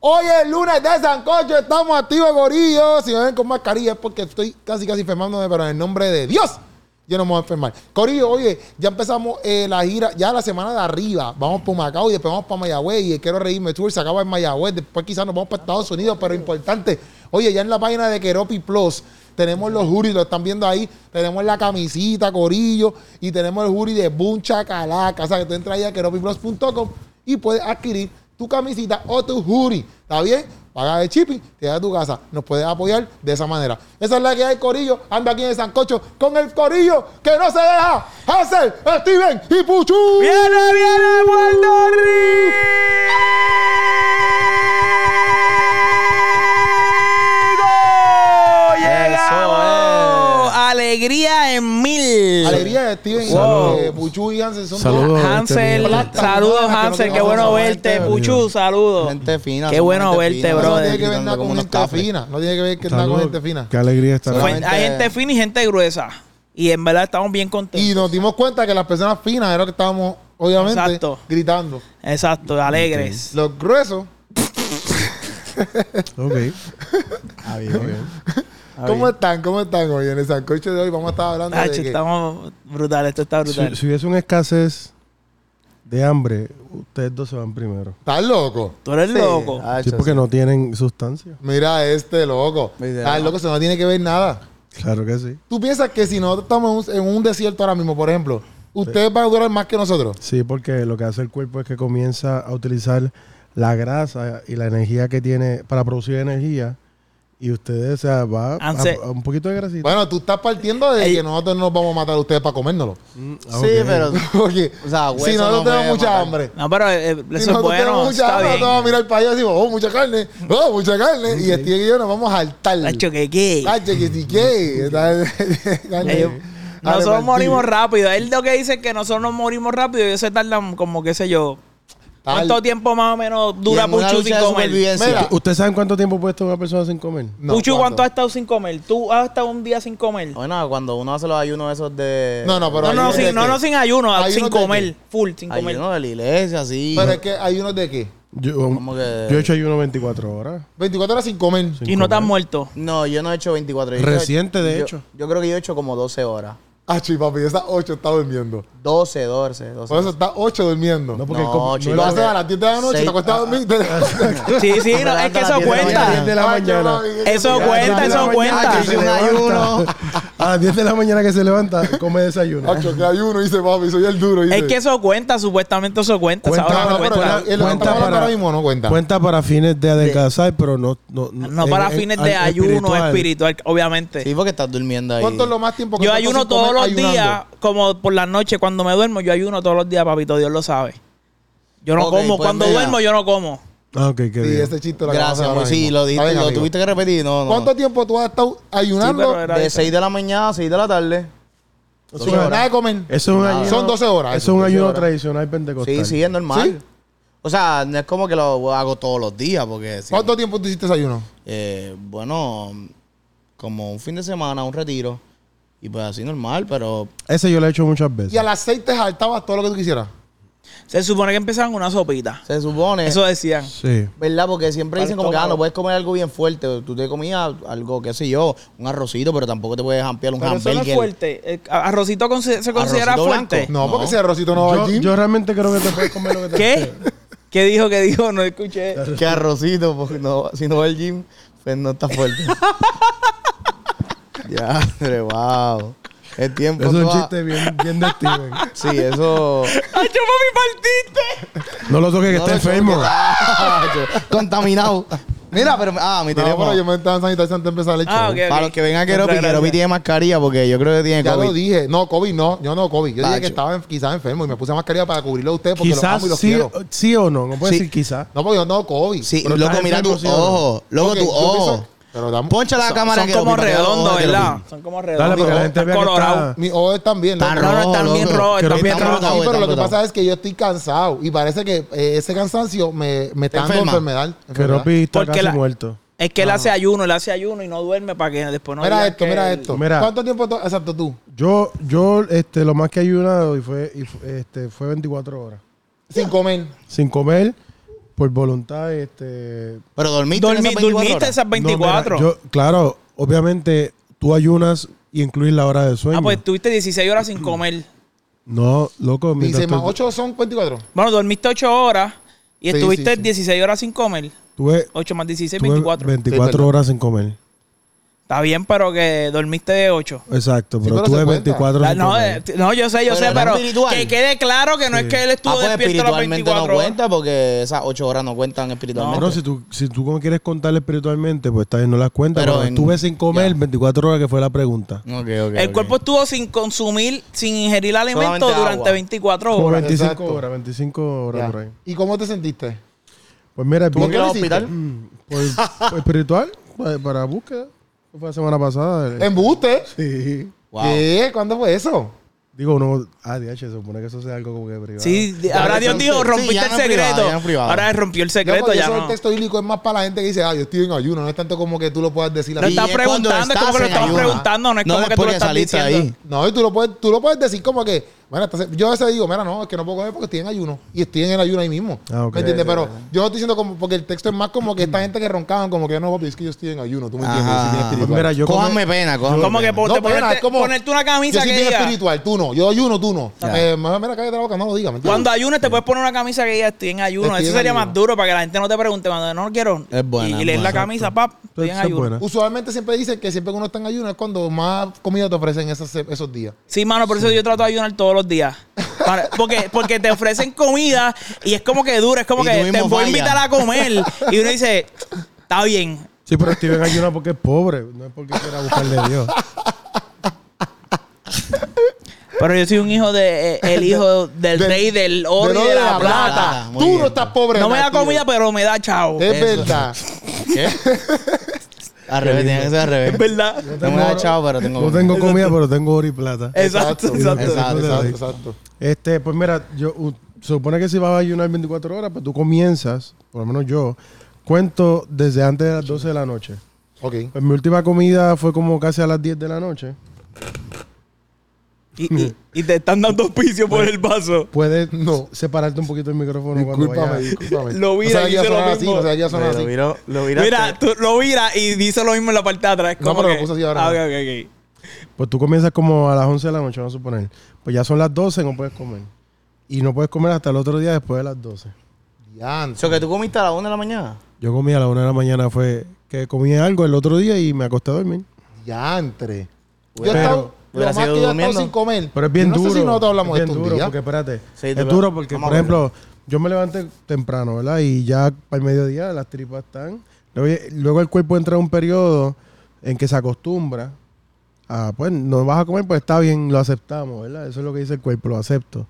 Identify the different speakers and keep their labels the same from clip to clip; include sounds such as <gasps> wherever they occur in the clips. Speaker 1: Hoy es lunes de Sancocho, estamos activos, gorillos. Si me ven con mascarilla es porque estoy casi, casi enfermándome, pero en el nombre de Dios, yo no me voy a enfermar. Corillo, oye, ya empezamos eh, la gira, ya la semana de arriba. Vamos por Macao y después vamos para Mayagüez. Y el quiero reírme tour se acaba en Mayagüez. Después quizás nos vamos para Estados Unidos, pero importante. Oye, ya en la página de Keropi Plus tenemos los juris, lo están viendo ahí. Tenemos la camisita, corillo. Y tenemos el jury de Buncha Calaca. O sea, que tú entras ahí a keropiplus.com y puedes adquirir tu camisita o tu jury. ¿Está bien? Paga el shipping, te da tu casa. Nos puedes apoyar de esa manera. Esa es la que hay, Corillo. Ando aquí en el Sancocho con el Corillo que no se deja. Hansel, Steven y Puchu.
Speaker 2: ¡Viene, viene Puerto Rico! ¡Llegamos! Alegría en mil.
Speaker 1: Alegría de Steven
Speaker 2: Wow.
Speaker 1: y eh, Puchu y Hansel son
Speaker 3: Saludos.
Speaker 2: Hansel,
Speaker 1: Hola,
Speaker 2: saludos
Speaker 1: hola, que
Speaker 2: Hansel,
Speaker 1: no
Speaker 2: qué
Speaker 1: te
Speaker 2: bueno
Speaker 1: conozco,
Speaker 2: verte.
Speaker 1: gente,
Speaker 2: Puchu, saludos.
Speaker 4: Gente fina.
Speaker 2: Qué
Speaker 4: somos
Speaker 2: bueno
Speaker 4: gente
Speaker 2: verte,
Speaker 4: fina,
Speaker 1: No, no
Speaker 2: brother.
Speaker 1: tiene que ver nada
Speaker 4: gritando
Speaker 1: con
Speaker 4: como unos
Speaker 1: gente
Speaker 4: cafres.
Speaker 1: fina. No tiene que ver que nada con
Speaker 3: Saludos.
Speaker 1: gente fina.
Speaker 3: Qué alegría estar
Speaker 2: Fue-
Speaker 3: aquí.
Speaker 4: Solamente-
Speaker 2: Hay gente fina y gente gruesa. Y en verdad estamos bien
Speaker 1: Y
Speaker 2: contentos.
Speaker 1: nos dimos cuenta que las personas finas era lo que estábamos, obviamente,
Speaker 2: Exacto.
Speaker 1: gritando.
Speaker 2: Exacto, alegres.
Speaker 1: Los gruesos.
Speaker 3: Ok.
Speaker 4: <laughs> Ah, bien, bien. Ah,
Speaker 1: ¿Cómo
Speaker 4: bien.
Speaker 1: están? ¿Cómo están hoy? En el Sancocho de hoy vamos a estar hablando
Speaker 2: Tacho,
Speaker 1: de que...
Speaker 2: estamos brutales, esto está
Speaker 3: Si,
Speaker 2: brutal.
Speaker 3: si hubiese una escasez de hambre, ustedes dos se van primero.
Speaker 1: ¿Estás loco?
Speaker 2: Tú eres loco.
Speaker 4: Ah,
Speaker 3: Sí,
Speaker 4: hecho,
Speaker 3: porque
Speaker 4: sí.
Speaker 3: no tienen sustancia.
Speaker 1: Mira este loco.
Speaker 4: Mira.
Speaker 1: Ah, loco, eso no tiene que ver nada.
Speaker 3: Claro que sí.
Speaker 1: ¿Tú piensas que si nosotros estamos en un, en un desierto ahora mismo, por ejemplo, ustedes van a durar más que nosotros?
Speaker 3: Sí, porque lo que hace el cuerpo es que comienza a utilizar la grasa y la energía que tiene para producir energía. Y ustedes, o sea, va a,
Speaker 2: Hansel.
Speaker 3: a un poquito de grasita.
Speaker 1: Bueno, tú estás partiendo de
Speaker 2: Ey.
Speaker 1: que nosotros no nos vamos a matar a ustedes para comérnoslo.
Speaker 3: Mm, ah,
Speaker 4: Sí,
Speaker 3: ok.
Speaker 4: pero.
Speaker 1: <laughs> Porque
Speaker 4: O sea,
Speaker 1: si
Speaker 4: hueso
Speaker 1: nosotros
Speaker 4: no
Speaker 1: tenemos
Speaker 4: me
Speaker 1: mucha
Speaker 4: matan.
Speaker 1: hambre.
Speaker 2: No, pero eh, eso
Speaker 1: Si
Speaker 2: es
Speaker 1: nosotros
Speaker 2: bueno,
Speaker 1: tenemos mucha
Speaker 2: está
Speaker 1: hambre, nosotros vamos a
Speaker 2: bien.
Speaker 1: mirar para allá y decimos, oh, mucha carne, oh, mucha carne. Y este y yo nos vamos a saltar.
Speaker 2: Tacho, que qué.
Speaker 1: Tacho, que si qué. <laughs> Carne.
Speaker 2: Ellos-
Speaker 1: A
Speaker 2: Nosotros
Speaker 1: repartir.
Speaker 2: morimos rápido. Él lo que dice es que nosotros nos morimos rápido y ellos se tardan como, qué sé yo. ¿Cuánto
Speaker 1: Tal-
Speaker 2: tiempo más o menos
Speaker 4: Y
Speaker 2: dura
Speaker 4: en una
Speaker 2: Puchu
Speaker 4: lucha
Speaker 2: sin
Speaker 4: de
Speaker 2: comer?
Speaker 4: supervivencia.
Speaker 1: Mira.
Speaker 3: ¿Ustedes saben cuánto tiempo puede estar una persona sin comer?
Speaker 1: No,
Speaker 2: Puchu, ¿cuánto
Speaker 1: ¿cuánto?
Speaker 2: has estado sin comer? ¿Tú has estado un día sin comer?
Speaker 4: Bueno, cuando uno hace los ayunos esos de.
Speaker 1: No, no, pero
Speaker 2: No,
Speaker 1: hay
Speaker 2: no,
Speaker 1: unos de
Speaker 2: sin, no,
Speaker 1: que-
Speaker 2: no, sin ayuno,
Speaker 1: Ayuno
Speaker 2: sin
Speaker 1: de
Speaker 2: comer, full, sin comer.
Speaker 4: Ayunos de la iglesia, así.
Speaker 1: Pero es que hay unos de qué?
Speaker 3: Yo,
Speaker 4: Como que-
Speaker 3: yo he hecho ayuno 24 horas.
Speaker 1: 24 horas sin comer.
Speaker 3: sin
Speaker 2: Y no te has
Speaker 3: comer.
Speaker 2: muerto.
Speaker 4: No, yo no he hecho 24. Yo-
Speaker 3: Reciente, de
Speaker 4: yo-
Speaker 3: hecho.
Speaker 4: Yo creo que yo he hecho como 12 horas.
Speaker 1: Ah, chi, papi, esas 8 está durmiendo.
Speaker 4: 12, 12, 12.
Speaker 1: Por eso está 8 durmiendo.
Speaker 3: No, porque
Speaker 4: No,
Speaker 3: como- no
Speaker 4: chico.
Speaker 3: es
Speaker 1: Lo
Speaker 3: la-
Speaker 1: haces a las 10 de la noche,
Speaker 4: Seis-
Speaker 1: te acuestas a dormir. <laughs> te-
Speaker 2: Sí, sí, no, es que eso
Speaker 4: Levanta la
Speaker 3: A las 10
Speaker 2: ah, <laughs> cuenta.
Speaker 3: de la
Speaker 1: Ay, yo,
Speaker 3: mañana.
Speaker 1: mami,
Speaker 2: Eso
Speaker 1: que-
Speaker 2: cuenta, eso cuenta.
Speaker 3: que se levanta. A las 10 de la mañana que se levanta, come desayuno.
Speaker 1: Acho, que hay uno, dice papi, soy el duro. dice.
Speaker 2: Es que eso cuenta, supuestamente eso cuenta.
Speaker 3: Cuenta,
Speaker 2: esa hora
Speaker 1: No, no,
Speaker 2: no
Speaker 1: pero
Speaker 2: cuenta.
Speaker 1: la- el- lo que
Speaker 3: Cuenta
Speaker 1: estamos hablando
Speaker 3: para-
Speaker 1: ahora mismo no cuenta.
Speaker 3: Cuenta para fines de adelgazar, pero no... No,
Speaker 2: no para
Speaker 3: en- en-
Speaker 2: fines de
Speaker 3: al-
Speaker 2: ayuno espiritual, obviamente.
Speaker 4: Sí, porque estás durmiendo ahí.
Speaker 1: ¿Cuánto es lo más tiempo que
Speaker 2: Yo
Speaker 1: tú pasas
Speaker 2: ayuno
Speaker 1: sin
Speaker 2: todos
Speaker 1: comer
Speaker 2: los
Speaker 1: ayunando?
Speaker 2: días, como por las noches cuando me duermo, yo ayuno todos los días, papito, Dios lo sabe. Yo no
Speaker 4: Ok,
Speaker 2: como,
Speaker 4: pues
Speaker 2: cuando
Speaker 4: mira.
Speaker 2: duermo yo no como.
Speaker 3: Ah, ok, qué
Speaker 1: Sí,
Speaker 3: bien.
Speaker 1: ese chiste lo acabas de
Speaker 4: Gracias,
Speaker 1: hacer
Speaker 4: pues
Speaker 1: ahora
Speaker 4: sí,
Speaker 1: mismo.
Speaker 4: lo,
Speaker 1: Está
Speaker 4: diste,
Speaker 1: bien,
Speaker 4: lo
Speaker 1: amigo.
Speaker 4: tuviste que repetir. No, no.
Speaker 1: ¿Cuánto tiempo tú has estado
Speaker 2: Sí,
Speaker 1: ayunando?
Speaker 2: pero era-
Speaker 4: De 6 de la mañana a 6 de la tarde.
Speaker 1: Sin
Speaker 4: 12 horas.
Speaker 1: nada de comer.
Speaker 3: Eso es un
Speaker 4: Nada.
Speaker 3: ayuno...
Speaker 1: Son 12 horas.
Speaker 3: Eso Ah. es un
Speaker 4: 12
Speaker 3: ayuno
Speaker 4: horas.
Speaker 3: tradicional pentecostal.
Speaker 4: Sí, sí, es normal.
Speaker 1: ¿Sí?
Speaker 4: O sea, no es como que lo hago todos los días, porque... si-
Speaker 1: ¿Cuánto tiempo tú hiciste desayuno?
Speaker 4: eh, bueno, como un fin de semana, un retiro. Y pues así normal, pero...
Speaker 3: Ese yo lo he hecho muchas veces.
Speaker 1: Y a las 6 te saltabas todo lo que tú quisieras.
Speaker 2: Se supone que empezaron una sopita.
Speaker 4: Se supone...
Speaker 2: Eso decían.
Speaker 3: Sí.
Speaker 4: ¿Verdad? Porque siempre
Speaker 2: Para
Speaker 4: dicen
Speaker 2: el
Speaker 4: como que ah,
Speaker 2: estómago.
Speaker 4: no puedes comer algo bien fuerte. Tú te comías algo, qué sé yo, un arrocito, pero tampoco te puedes ampliar un
Speaker 2: Pero eso no
Speaker 4: hamburger.
Speaker 2: es fuerte. El arrocito con- se considera
Speaker 4: Arrocito
Speaker 2: fuerte.
Speaker 4: blanco.
Speaker 1: No,
Speaker 4: No.
Speaker 1: porque ese arrocito no va
Speaker 3: Yo,
Speaker 1: al <laughs> gym.
Speaker 3: yo realmente creo que te puedes comer lo que te
Speaker 2: ¿Qué?
Speaker 3: Este,
Speaker 2: ¿Qué dijo? ¿Qué dijo? No escuché.
Speaker 4: Que arrocito, porque no, si no va al gym, pues no está fuerte. ya, hombre, wow. El tiempo.
Speaker 3: <laughs> Eso es un
Speaker 4: tú vas-
Speaker 3: chiste bien, bien
Speaker 1: <laughs>
Speaker 3: de Steven.
Speaker 4: Sí, eso.
Speaker 2: ¡Ay, yo me partiste!
Speaker 3: No lo toques, que
Speaker 4: No
Speaker 3: está
Speaker 4: lo
Speaker 3: enfermo.
Speaker 4: choques. Ah, yo- Contaminado. Mira, pero. Ah, mi
Speaker 1: No,
Speaker 4: teléfono.
Speaker 1: pero yo me estaba en sanitario antes de empezar el
Speaker 2: Ah,
Speaker 1: show.
Speaker 2: ok.
Speaker 4: Para los que vengan a Keropi,
Speaker 2: Muchas
Speaker 4: Keropi
Speaker 2: gracias.
Speaker 4: tiene mascarilla porque yo creo que tiene
Speaker 1: Ya lo
Speaker 4: COVID.
Speaker 1: dije. No, COVID no. Yo no, COVID. Yo dije que
Speaker 4: Tacho.
Speaker 1: estaba en- quizás enfermo y me puse mascarilla para cubrirlo a ustedes porque los
Speaker 3: Quizás
Speaker 1: amo y los
Speaker 3: sí,
Speaker 1: quiero.
Speaker 3: sí o no. No puedes
Speaker 4: Sí.
Speaker 3: decir quizás.
Speaker 1: No, porque yo no, COVID.
Speaker 4: Sí,
Speaker 3: Pero
Speaker 4: loco,
Speaker 3: estás
Speaker 4: mira tu
Speaker 3: enfermo, sí o no.
Speaker 4: ojo. Loco,
Speaker 1: Ok,
Speaker 4: tu
Speaker 1: yo
Speaker 4: ojo.
Speaker 1: pienso- Pero dame-
Speaker 4: Poncha la cámara,
Speaker 2: Son
Speaker 4: Keropi,
Speaker 2: como
Speaker 4: para que veas los
Speaker 2: redondos,
Speaker 4: ojos de
Speaker 2: ¿verdad?
Speaker 4: Keropi.
Speaker 2: Son como
Speaker 3: Dale,
Speaker 2: redondos.
Speaker 3: porque la gente vea que
Speaker 2: Colorado.
Speaker 3: está...
Speaker 1: Mi ojo está bien.
Speaker 4: Está
Speaker 1: loco.
Speaker 2: No, no,
Speaker 4: rojo,
Speaker 2: están bien
Speaker 4: loco.
Speaker 2: rojos, están
Speaker 3: Creo
Speaker 2: bien
Speaker 4: que
Speaker 2: rojos.
Speaker 4: estamos-
Speaker 1: Sí, pero lo
Speaker 4: estamos,
Speaker 1: que
Speaker 4: estamos.
Speaker 1: pasa es que yo estoy cansado y parece que eh, ese cansancio me, me está dando
Speaker 4: Enferma.
Speaker 1: enfermedad. enfermedad.
Speaker 3: Keropi está
Speaker 2: Porque
Speaker 3: casi
Speaker 2: la-
Speaker 3: muerto.
Speaker 2: Es que él hace ayuno, él hace ayuno y no duerme para que después no
Speaker 1: Mira
Speaker 2: digan
Speaker 1: esto,
Speaker 2: que
Speaker 1: mira
Speaker 2: él-
Speaker 1: esto.
Speaker 3: Mira.
Speaker 1: ¿Cuánto tiempo tú- exacto tú?
Speaker 3: Yo, yo, este, lo más que he ayunado y fue, y fu- este, fue 24 horas.
Speaker 1: Sin comer.
Speaker 3: Sin comer, por voluntad, este,
Speaker 4: Pero dormiste en
Speaker 2: Dormi-
Speaker 4: esas 24
Speaker 2: dormiste
Speaker 4: horas.
Speaker 2: esas Ah,
Speaker 3: No, mira,
Speaker 2: 24.
Speaker 3: yo- claro, obviamente tú ayunas y incluís la hora de sueño.
Speaker 2: ah, pues tuviste 16 horas sin comer.
Speaker 3: No, loco, mientras
Speaker 1: Dice,
Speaker 3: tú-
Speaker 1: más 8 son 24.
Speaker 2: Bueno, dormiste 8 horas y
Speaker 1: Sí,
Speaker 2: estuviste
Speaker 1: sí, sí.
Speaker 2: 16 horas sin comer.
Speaker 3: tuve,
Speaker 2: 8 más 16,
Speaker 3: tuve
Speaker 2: 24.
Speaker 3: 24,
Speaker 1: Sí, verdad.
Speaker 3: horas sin comer.
Speaker 2: Está bien, pero que dormiste 8.
Speaker 3: Exacto, pero,
Speaker 1: pero se
Speaker 3: tuve
Speaker 1: cuenta.
Speaker 3: 24 sin
Speaker 2: no,
Speaker 3: comer.
Speaker 2: eh, t- no, yo sé, yo
Speaker 4: Pero
Speaker 2: sé,
Speaker 4: era
Speaker 2: pero
Speaker 4: espiritual.
Speaker 2: que quede claro que no es que él estuvo
Speaker 4: Ah, pues
Speaker 2: despierto las
Speaker 4: espiritualmente
Speaker 2: 24
Speaker 4: no
Speaker 2: horas.
Speaker 4: cuenta porque esas 8 horas no cuentan espiritualmente.
Speaker 3: Bueno, si tú, si tú como quieres contar espiritualmente, pues está bien, no las cuentas.
Speaker 4: Pero
Speaker 3: Pero,
Speaker 4: en-
Speaker 3: estuve sin comer
Speaker 4: ya.
Speaker 3: 24 horas, que fue la pregunta.
Speaker 4: Ok, ok,
Speaker 2: El
Speaker 4: ok.
Speaker 2: cuerpo estuvo sin consumir, sin ingerir alimento
Speaker 4: Solamente
Speaker 2: durante
Speaker 4: agua.
Speaker 2: 24
Speaker 3: Como
Speaker 2: horas.
Speaker 3: 25
Speaker 1: Exacto.
Speaker 3: horas, 25 horas por ahí.
Speaker 1: ¿Y cómo te sentiste?
Speaker 3: Pues mira,
Speaker 4: ¿Tuvo
Speaker 3: bien-
Speaker 4: que ir al
Speaker 1: hiciste?
Speaker 4: hospital?
Speaker 3: Mm, pues, pues, espiritual, pues, para búsqueda. Eso Fue la semana
Speaker 2: Este.
Speaker 3: pasada.
Speaker 1: ¿Embuste?
Speaker 3: Sí.
Speaker 4: Wow.
Speaker 1: ¿Qué? ¿Cuándo fue eso?
Speaker 3: Digo, no, ah, DH, se supone que eso sea algo como que privado.
Speaker 2: Sí, de-
Speaker 1: Ya,
Speaker 2: ahora
Speaker 1: ya
Speaker 2: Dios
Speaker 1: no-
Speaker 2: dijo,
Speaker 4: sí,
Speaker 2: rompiste
Speaker 4: ya
Speaker 2: el
Speaker 4: no es privado,
Speaker 2: secreto.
Speaker 4: ya no es privado.
Speaker 2: ahora rompió el secreto,
Speaker 1: Loco, y
Speaker 2: ya
Speaker 1: eso
Speaker 2: no.
Speaker 1: del texto bíblico es más para la gente que dice, ah, yo estoy en ayuno. No es tanto como que tú lo puedas decir
Speaker 2: Lo
Speaker 1: así.
Speaker 2: estás
Speaker 4: Y es cuando
Speaker 2: preguntando, es como que lo
Speaker 4: en
Speaker 2: estás
Speaker 4: ayuno.
Speaker 2: preguntando, no es como que tú lo
Speaker 4: porque
Speaker 2: estás
Speaker 4: saliste
Speaker 2: diciendo.
Speaker 1: No, y tú lo puedes, tú lo puedes decir como que, bueno, entonces, yo a veces digo, mira, no, es que no puedo comer porque estoy en ayuno. Y estoy en el ayuno ahí mismo.
Speaker 3: Ah, ok.
Speaker 1: ¿Me entiendes? Pero yo no estoy diciendo como, porque el texto es más como que esta gente que roncaban, como que no, papi, es que yo estoy en ayuno. ¿Tú me entiendes? Yo soy bien
Speaker 4: Ajá.
Speaker 1: espiritual.
Speaker 3: Pues mira, yo
Speaker 4: Cójanme pena, cójanme
Speaker 2: Como que
Speaker 4: pena.
Speaker 2: po-
Speaker 1: No,
Speaker 2: te
Speaker 1: pena,
Speaker 2: ponerte-
Speaker 1: es como-
Speaker 2: ponerte una
Speaker 1: Yo
Speaker 2: camisa
Speaker 1: soy
Speaker 2: que
Speaker 1: bien
Speaker 2: diga.
Speaker 1: espiritual, tú no. Yo ayuno, tú no.
Speaker 4: Ya.
Speaker 1: Eh, mira, mira, cállate la boca, no lo digas. ¿me entiendes?
Speaker 2: Cuando ayunes te puedes poner una camisa que diga estoy en ayuno.
Speaker 1: Estoy
Speaker 2: Eso
Speaker 1: en
Speaker 2: sería
Speaker 1: ayuno.
Speaker 2: más duro para que la gente no te pregunte cuando no quiero.
Speaker 4: Es buena,
Speaker 2: y
Speaker 4: es
Speaker 2: leer la
Speaker 4: buena.
Speaker 2: camisa, pap, estoy en
Speaker 3: Esa es
Speaker 2: ayuno.
Speaker 3: buena.
Speaker 1: Usualmente siempre dicen que siempre que uno está en ayuno es cuando más comida te ofrecen esos, esos días.
Speaker 2: Sí, mano, por eso yo trato de ayunar todos los días. Para- porque, porque te ofrecen comida y es como que duro, es como
Speaker 4: Y tú
Speaker 2: que te
Speaker 4: mismo
Speaker 2: voy a
Speaker 4: fallas.
Speaker 2: invitar a comer. Y uno dice, está bien.
Speaker 3: Sí, pero Steven ayuna porque es pobre, no es porque quiera buscarle a Dios.
Speaker 2: Pero yo soy un hijo <laughs> de eh, el hijo del
Speaker 1: Del-
Speaker 2: rey del oro y de la plata.
Speaker 4: plata. Muy
Speaker 1: Tú
Speaker 4: bien.
Speaker 1: no estás pobre.
Speaker 2: No me da
Speaker 1: Nati.
Speaker 2: comida, pero me da chao.
Speaker 1: Es
Speaker 4: Eso.
Speaker 2: <laughs>
Speaker 1: verdad.
Speaker 4: ¿Qué? Al revés, tenía que ser al revés.
Speaker 2: Es verdad.
Speaker 4: No me da chavo, pero tengo.
Speaker 3: No tengo comida, pero tengo oro y plata.
Speaker 2: <laughs> Exacto,
Speaker 1: Exacto,
Speaker 2: exacto.
Speaker 1: exacto,
Speaker 3: Exacto.
Speaker 1: exacto.
Speaker 3: Este, pues mira, yo u- se supone que si vas a ayunar 24 horas, pues tú comienzas, por lo menos yo, cuento desde antes de las 12 de la noche.
Speaker 1: Ok.
Speaker 3: Pues mi última comida fue como casi a las 10 de la noche.
Speaker 2: Y, y- y te están dando auspicio por el vaso.
Speaker 3: Puedes
Speaker 1: No.
Speaker 3: separarte un poquito el micrófono cuando
Speaker 1: Discúlpame,
Speaker 3: vayas.
Speaker 1: discúlpame.
Speaker 2: Lo vi,
Speaker 1: o sea,
Speaker 2: le
Speaker 1: ya
Speaker 2: hice lo
Speaker 1: sonaba así,
Speaker 2: mismo.
Speaker 1: o sea, ya sonaba así.
Speaker 4: viró, lo viraste.
Speaker 2: Mira, este. tú lo mira y dice lo mismo en la parte de atrás.
Speaker 1: No,
Speaker 2: como
Speaker 1: pero lo
Speaker 2: que-
Speaker 1: puse así ahora.
Speaker 2: Ah, ok, ok, ok.
Speaker 3: Pues tú comienzas como a las 11 de la noche, vamos a suponer. Pues ya son las 12, no puedes comer. Y no puedes comer hasta el otro día después de las 12.
Speaker 1: Diantre.
Speaker 4: So, que tú comiste a las 1 de la mañana.
Speaker 3: Yo comí a las 1 de la mañana, fue que comí algo el otro día y me acosté a dormir.
Speaker 1: Diantre. Yo he
Speaker 4: Pero-
Speaker 1: estado, lo
Speaker 4: hubiera
Speaker 1: más que
Speaker 4: sido
Speaker 1: yo he estado
Speaker 4: durmiendo.
Speaker 1: sin comer.
Speaker 3: Pero es bien
Speaker 1: no
Speaker 3: duro.
Speaker 1: sé si nosotros hablamos de
Speaker 3: es
Speaker 1: esto
Speaker 3: bien
Speaker 1: un
Speaker 3: duro,
Speaker 1: día.
Speaker 3: porque espérate.
Speaker 4: Sí, te
Speaker 3: es
Speaker 4: lo-
Speaker 3: duro porque,
Speaker 4: vamos
Speaker 3: por
Speaker 4: a
Speaker 3: ejemplo, yo me levanté temprano, ¿verdad? Y ya para el mediodía las tripas están. Luego, luego el cuerpo entra en un periodo en que se acostumbra a, pues, no vas a comer, pues está bien, lo aceptamos, ¿verdad? Eso es lo que dice el cuerpo, lo acepto.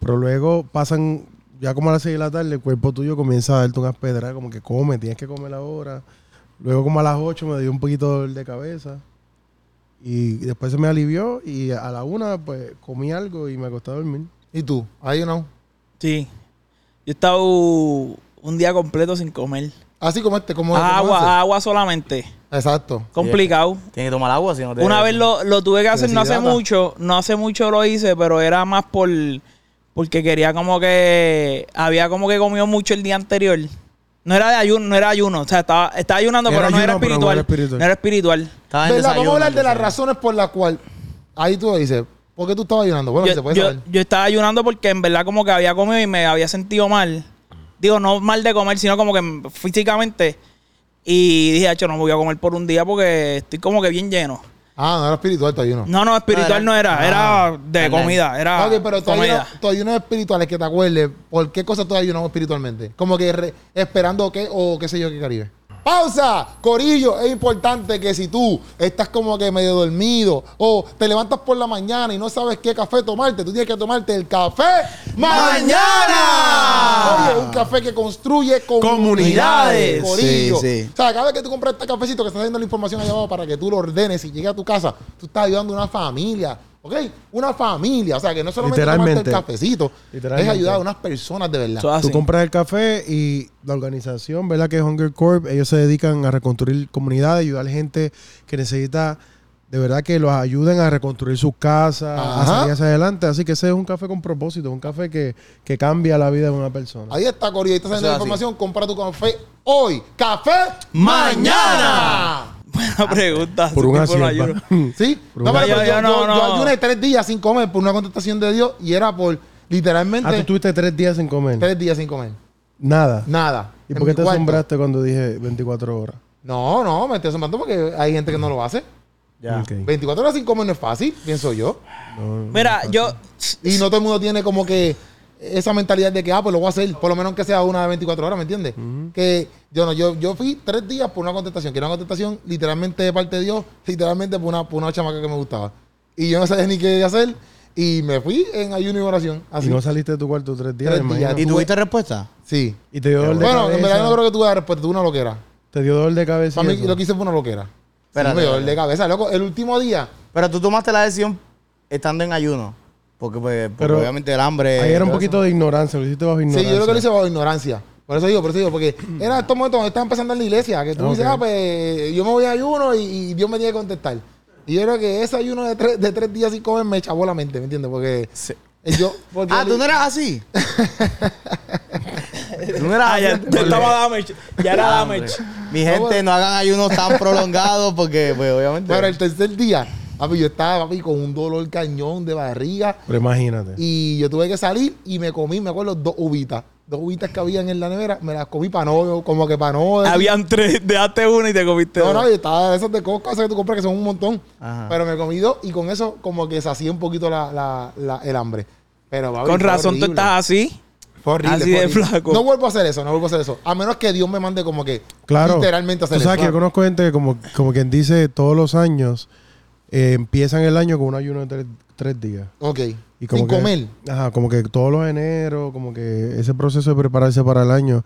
Speaker 3: Pero luego pasan, ya como a las 6 de la tarde, el cuerpo tuyo comienza a darte unas pedras, como que come, tienes que comer ahora. Luego como a las 8 me dio un poquito de dolor de cabeza. Y después se me alivió y a la una pues comí algo y me acosté a dormir.
Speaker 1: ¿Y tú? Ahí no.
Speaker 2: Sí. Yo he estado un día completo sin comer.
Speaker 1: Así como este, como
Speaker 2: Agua, agua solamente.
Speaker 1: Exacto.
Speaker 2: Complicado.
Speaker 4: Tienes que tomar agua si no te.
Speaker 2: Una vez lo, lo tuve que hacer, no hace
Speaker 1: deshidrata.
Speaker 2: mucho, no hace mucho lo hice, pero era más por porque quería como que había como que comido mucho el día anterior. No era de ayuno, no era ayuno, o sea, estaba, estaba ayunando,
Speaker 3: Era
Speaker 2: pero, no era
Speaker 3: ayuno, pero no
Speaker 2: espiritual,
Speaker 3: era espiritual.
Speaker 2: no era espiritual.
Speaker 1: ¿Verdad?
Speaker 4: Estaba en
Speaker 1: Vamos a
Speaker 4: desayuno,
Speaker 1: hablar de las
Speaker 4: desayuno.
Speaker 1: razones por las cuales. Ahí tú dices, ¿por qué tú estabas ayunando? Bueno, si se
Speaker 2: Yo,
Speaker 1: puede
Speaker 2: yo-
Speaker 1: saber.
Speaker 2: yo estaba ayunando porque en verdad como que había comido y me había sentido mal. Digo, no mal de comer, sino como que físicamente. Y dije, hecho, no me voy a comer por un día porque estoy como que bien lleno.
Speaker 1: Ah, no era espiritual tu ayuno.
Speaker 2: No, no, espiritual no
Speaker 4: No
Speaker 2: era,
Speaker 4: era-
Speaker 2: era,
Speaker 4: Ah,
Speaker 2: de
Speaker 4: online.
Speaker 2: comida, era
Speaker 1: Ok, pero tu ayuno,
Speaker 2: comida.
Speaker 1: tu ayuno espiritual es que te acuerdes por qué cosa tú ayunas espiritualmente. Como que re- esperando qué o qué sé yo qué Caribe. ¡Pausa! Corillo, es importante que si tú estás como que medio dormido o te levantas por la mañana y no sabes qué café tomarte, tú tienes que tomarte el café
Speaker 2: ¡Mañana!
Speaker 1: mañana. Oye, un café que construye comunidades.
Speaker 2: Comunidades.
Speaker 1: Corillo.
Speaker 4: Sí, sí.
Speaker 1: O sea, cada vez que tú compras este cafecito que está haciendo la información allá abajo para que tú lo ordenes y llegue a tu casa, tú estás ayudando a una familia. ¿Ok? Una familia. O sea, que no es solamente tomarte el
Speaker 3: Literalmente.
Speaker 1: cafecito, es
Speaker 3: Literalmente.
Speaker 1: ayudar a unas personas de verdad.
Speaker 2: Eso es
Speaker 3: Tú
Speaker 2: así.
Speaker 3: compras el café y la organización, ¿verdad? Que es Hunger Corp, ellos se dedican a reconstruir comunidades, ayudar gente que necesita de verdad que los ayuden a reconstruir sus casas, a
Speaker 1: Ajá.
Speaker 3: salir hacia adelante. Así que ese es un café con propósito, un café que, que cambia la vida de una persona.
Speaker 1: Ahí está, Corillo. Ahí está saliendo la
Speaker 4: Eso es así.
Speaker 1: información. Compra tu café hoy. ¡Café mañana!
Speaker 4: Mañana.
Speaker 2: <laughs> Buena pregunta.
Speaker 3: Ah, Por
Speaker 2: Hace tiempo no
Speaker 3: una sierva.
Speaker 2: ayuno.
Speaker 3: <laughs>
Speaker 1: ¿Sí?
Speaker 3: Pero
Speaker 1: No,
Speaker 3: una-
Speaker 1: pero
Speaker 2: Yo-
Speaker 1: yo,
Speaker 2: yo no,
Speaker 1: yo- yo
Speaker 2: no.
Speaker 1: ayuné tres días sin comer por una contestación de Dios y era por literalmente
Speaker 3: Ah, tú estuviste tres días sin comer.
Speaker 1: tres días sin comer.
Speaker 3: Nada.
Speaker 1: Nada.
Speaker 3: ¿Y
Speaker 1: En
Speaker 3: por qué
Speaker 1: mi
Speaker 3: te
Speaker 1: cuarto.
Speaker 3: asombraste cuando dije 24 horas?
Speaker 1: No, no, me estoy asombrando porque hay gente que no lo hace.
Speaker 4: Ya.
Speaker 3: Ok.
Speaker 1: 24 horas sin comer no es fácil, pienso yo.
Speaker 3: No, no.
Speaker 2: Mira, yo.
Speaker 1: Y no todo el mundo tiene como que esa mentalidad de que, ah, pues lo voy a hacer, por lo menos que sea una de 24 horas, ¿me entiendes? Que yo no, yo, yo fui tres días por una contestación, que era una contestación literalmente de parte de Dios, literalmente por una, por una chamaca que me gustaba. Y yo no sabía ni qué hacer, y me fui en ayuno y oración.
Speaker 3: Y
Speaker 1: Así.
Speaker 3: no saliste de tu cuarto tres días,
Speaker 1: Tres
Speaker 3: me
Speaker 1: días.
Speaker 3: imagino.
Speaker 4: ¿Y tuviste respuesta?
Speaker 1: sí.
Speaker 3: Y te dio dolor de
Speaker 1: Bueno, en
Speaker 3: cabeza.
Speaker 1: verdad no creo que tuve la respuesta, tuve una loquera.
Speaker 3: Te dio dolor de cabeza.
Speaker 1: Para
Speaker 3: y
Speaker 1: mí
Speaker 3: eso.
Speaker 1: lo que hice fue una loquera. Sí,
Speaker 4: Espérate,
Speaker 1: me dio dolor
Speaker 4: espérate.
Speaker 1: de cabeza, loco. El último día,
Speaker 4: Pero tú tomaste la decisión estando en ayuno. Porque, pues, porque
Speaker 3: Pero
Speaker 4: obviamente el hambre.
Speaker 3: Ahí era un
Speaker 4: todo eso.
Speaker 3: poquito de ignorancia, lo hiciste bajo
Speaker 1: Eh, Sí,
Speaker 3: ignorancia.
Speaker 1: yo creo que lo hice bajo ignorancia. Por eso digo, por eso digo, porque
Speaker 4: Mm.
Speaker 1: era estos momentos donde estaba empezando en la iglesia, que tú
Speaker 3: Ok.
Speaker 1: dices, ah, pues yo me voy a ayuno y, y Dios me tiene que contestar. Y yo creo que ese ayuno de tres, de tres días sin comer me echó la mente, ¿me entiendes? Porque
Speaker 4: Sí.
Speaker 1: yo... Porque
Speaker 4: <laughs> Ah, tú no eras
Speaker 3: <laughs>
Speaker 4: así. tú no eras
Speaker 2: Ah, ya,
Speaker 4: así.
Speaker 2: ya estaba damage. Ya era damage.
Speaker 4: Mi gente, no hagan ayunos
Speaker 3: <laughs>
Speaker 4: tan prolongados porque, pues, obviamente.
Speaker 1: Pero el tercer día, papi, yo estaba, papi, con un dolor cañón de barriga
Speaker 3: Pero imagínate.
Speaker 1: y yo tuve que salir y me comí, me acuerdo, dos uvitas. Dos uvitas que habían en la nevera, me las comí para no, como que para no...
Speaker 2: Habían tres, dejaste uno y te comiste
Speaker 1: No, no,
Speaker 2: dos.
Speaker 1: yo estaba de esas de Costco, esas que tú compras que son un montón.
Speaker 4: Ajá.
Speaker 1: Pero me comí dos y con eso como que sacié un poquito la, la- la- el hambre. Pero, papi,
Speaker 2: Con
Speaker 1: fue
Speaker 2: razón tú
Speaker 1: horrible.
Speaker 2: estás así.
Speaker 1: Fue horrible,
Speaker 2: así
Speaker 1: fue
Speaker 2: de
Speaker 1: horrible.
Speaker 2: flaco.
Speaker 1: No vuelvo a hacer eso, no vuelvo a hacer eso. A menos que Dios me mande como que
Speaker 3: Claro.
Speaker 1: literalmente a hacer
Speaker 3: Tú sabes
Speaker 1: eso.
Speaker 3: que yo conozco gente que, como, como quien dice, todos los años eh, empiezan el año con un ayuno de tres, tres días.
Speaker 1: Ok.
Speaker 3: Y como
Speaker 1: Sin
Speaker 3: que-
Speaker 1: comer.
Speaker 3: Ajá, como que todos los enero, como que ese proceso de prepararse para el año.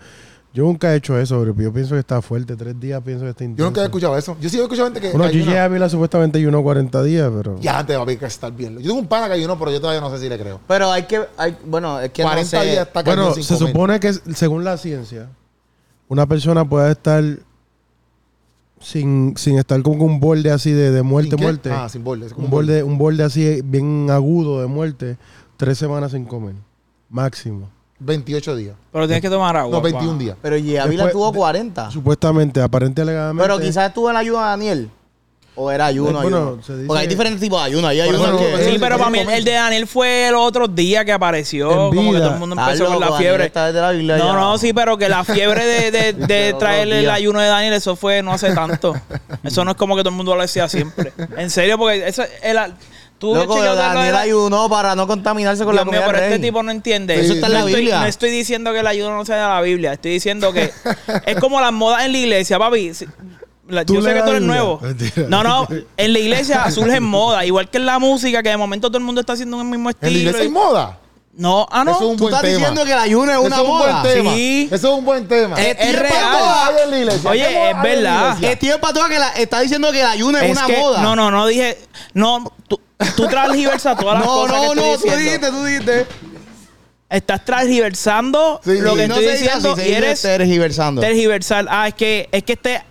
Speaker 3: Yo nunca he hecho eso, pero yo pienso que está fuerte. Tres días pienso que está intenso.
Speaker 1: Yo nunca he escuchado eso. Yo sí he escuchado gente que.
Speaker 3: Bueno,
Speaker 1: que
Speaker 3: Gigi
Speaker 1: ayuna.
Speaker 3: Ávila supuestamente ayunó 40 días, pero...
Speaker 1: Ya te va a estar bien. Yo tengo un pana que ayunó, pero yo todavía no sé si le creo.
Speaker 4: Pero hay que. Hay, bueno, es que
Speaker 1: 40
Speaker 4: no sé.
Speaker 1: días está
Speaker 3: Bueno,
Speaker 1: cañón sin
Speaker 3: se
Speaker 1: comer.
Speaker 3: supone que según la ciencia, una persona puede estar sin, sin estar con un borde así de, de muerte,
Speaker 1: ¿Sin qué?
Speaker 3: muerte.
Speaker 1: Ah, sin borde. es como
Speaker 3: un, borde, un borde así bien agudo de muerte, tres semanas sin comer, máximo.
Speaker 1: 28 días.
Speaker 2: Pero tienes que tomar agua.
Speaker 1: No, 21
Speaker 2: pa.
Speaker 1: días.
Speaker 4: Pero Yavila
Speaker 3: Después-
Speaker 4: tuvo
Speaker 3: de-
Speaker 1: Ah.
Speaker 4: 40.
Speaker 3: Supuestamente, aparente y alegadamente.
Speaker 4: Pero quizás estuvo en ayuno de Daniel. O era ayuno,
Speaker 3: Eh, bueno,
Speaker 4: ayuno.
Speaker 3: se dice-
Speaker 4: Porque hay diferentes tipos de ayuno. Hay
Speaker 1: Por
Speaker 4: ayuno
Speaker 1: eso
Speaker 4: que.
Speaker 1: no-
Speaker 2: Sí,
Speaker 1: Sí,
Speaker 2: pero para mí el,
Speaker 1: comer.
Speaker 2: el de Daniel fue el otro día que apareció.
Speaker 3: En
Speaker 2: Como que
Speaker 3: vida.
Speaker 2: todo el mundo
Speaker 4: Está
Speaker 2: empezó con
Speaker 4: loco,
Speaker 2: la
Speaker 4: Daniel
Speaker 2: fiebre.
Speaker 4: está desde la Biblia
Speaker 2: No,
Speaker 4: ya.
Speaker 2: no, sí, pero que la fiebre
Speaker 4: <laughs>
Speaker 2: de, de, de
Speaker 4: Otro
Speaker 2: traer el
Speaker 4: día.
Speaker 2: ayuno de Daniel, eso fue no hace tanto. Eso no es como que todo el mundo lo decía siempre. En serio, porque eso, el, tú
Speaker 4: Loco,
Speaker 2: chequeaste lo de
Speaker 4: Daniel
Speaker 2: la-
Speaker 4: ayunó para no contaminarse con la
Speaker 2: Dios mío,
Speaker 4: comida
Speaker 2: pero
Speaker 4: del
Speaker 2: este
Speaker 4: rey.
Speaker 2: tipo no entiende.
Speaker 4: Eso está en
Speaker 2: no
Speaker 4: la
Speaker 2: estoy,
Speaker 4: Biblia.
Speaker 2: No estoy diciendo que el ayuno no sea de la Biblia. Estoy diciendo que es como las modas en la iglesia, papi. Si- la-
Speaker 3: Tú
Speaker 2: yo sé
Speaker 3: lees
Speaker 2: que tú
Speaker 3: la
Speaker 2: eres
Speaker 3: Biblia.
Speaker 2: nuevo.
Speaker 3: Mentira.
Speaker 2: No, no. En la iglesia surgen modas. Igual que en la música, que de momento todo el mundo está haciendo el mismo
Speaker 1: En
Speaker 2: estilo.
Speaker 1: la iglesia hay moda.
Speaker 2: No, ah,
Speaker 1: Eso es
Speaker 2: no.
Speaker 1: un
Speaker 4: Tú
Speaker 1: buen
Speaker 4: estás
Speaker 1: tema.
Speaker 4: diciendo que el ayuno es
Speaker 1: Eso
Speaker 4: una
Speaker 1: es un
Speaker 4: moda.
Speaker 1: buen tema.
Speaker 2: Sí.
Speaker 1: Eso es un buen tema.
Speaker 2: Es, es
Speaker 4: ¿Qué moda
Speaker 2: real.
Speaker 1: hay en la iglesia? ¿Qué moda
Speaker 2: Oye, es
Speaker 1: hay en la
Speaker 2: verdad.
Speaker 1: iglesia?
Speaker 4: Es tiempo a toda que la, está diciendo que el ayuno es,
Speaker 2: Es
Speaker 4: una
Speaker 2: que-
Speaker 4: moda.
Speaker 2: No, no, no dije. No, tú, tú transversas todas las
Speaker 4: <laughs> No,
Speaker 2: cosas que
Speaker 4: no,
Speaker 2: estoy
Speaker 4: no, tú
Speaker 2: diciendo.
Speaker 4: dijiste, tú dijiste.
Speaker 2: Estás transversando
Speaker 1: Sí,
Speaker 2: lo que
Speaker 1: sí.
Speaker 4: no
Speaker 2: estoy
Speaker 4: se dice
Speaker 2: diciendo
Speaker 4: así, se
Speaker 2: y
Speaker 4: dice
Speaker 2: eres
Speaker 4: tergiversando.
Speaker 2: tergiversal. Ah, es que, es que este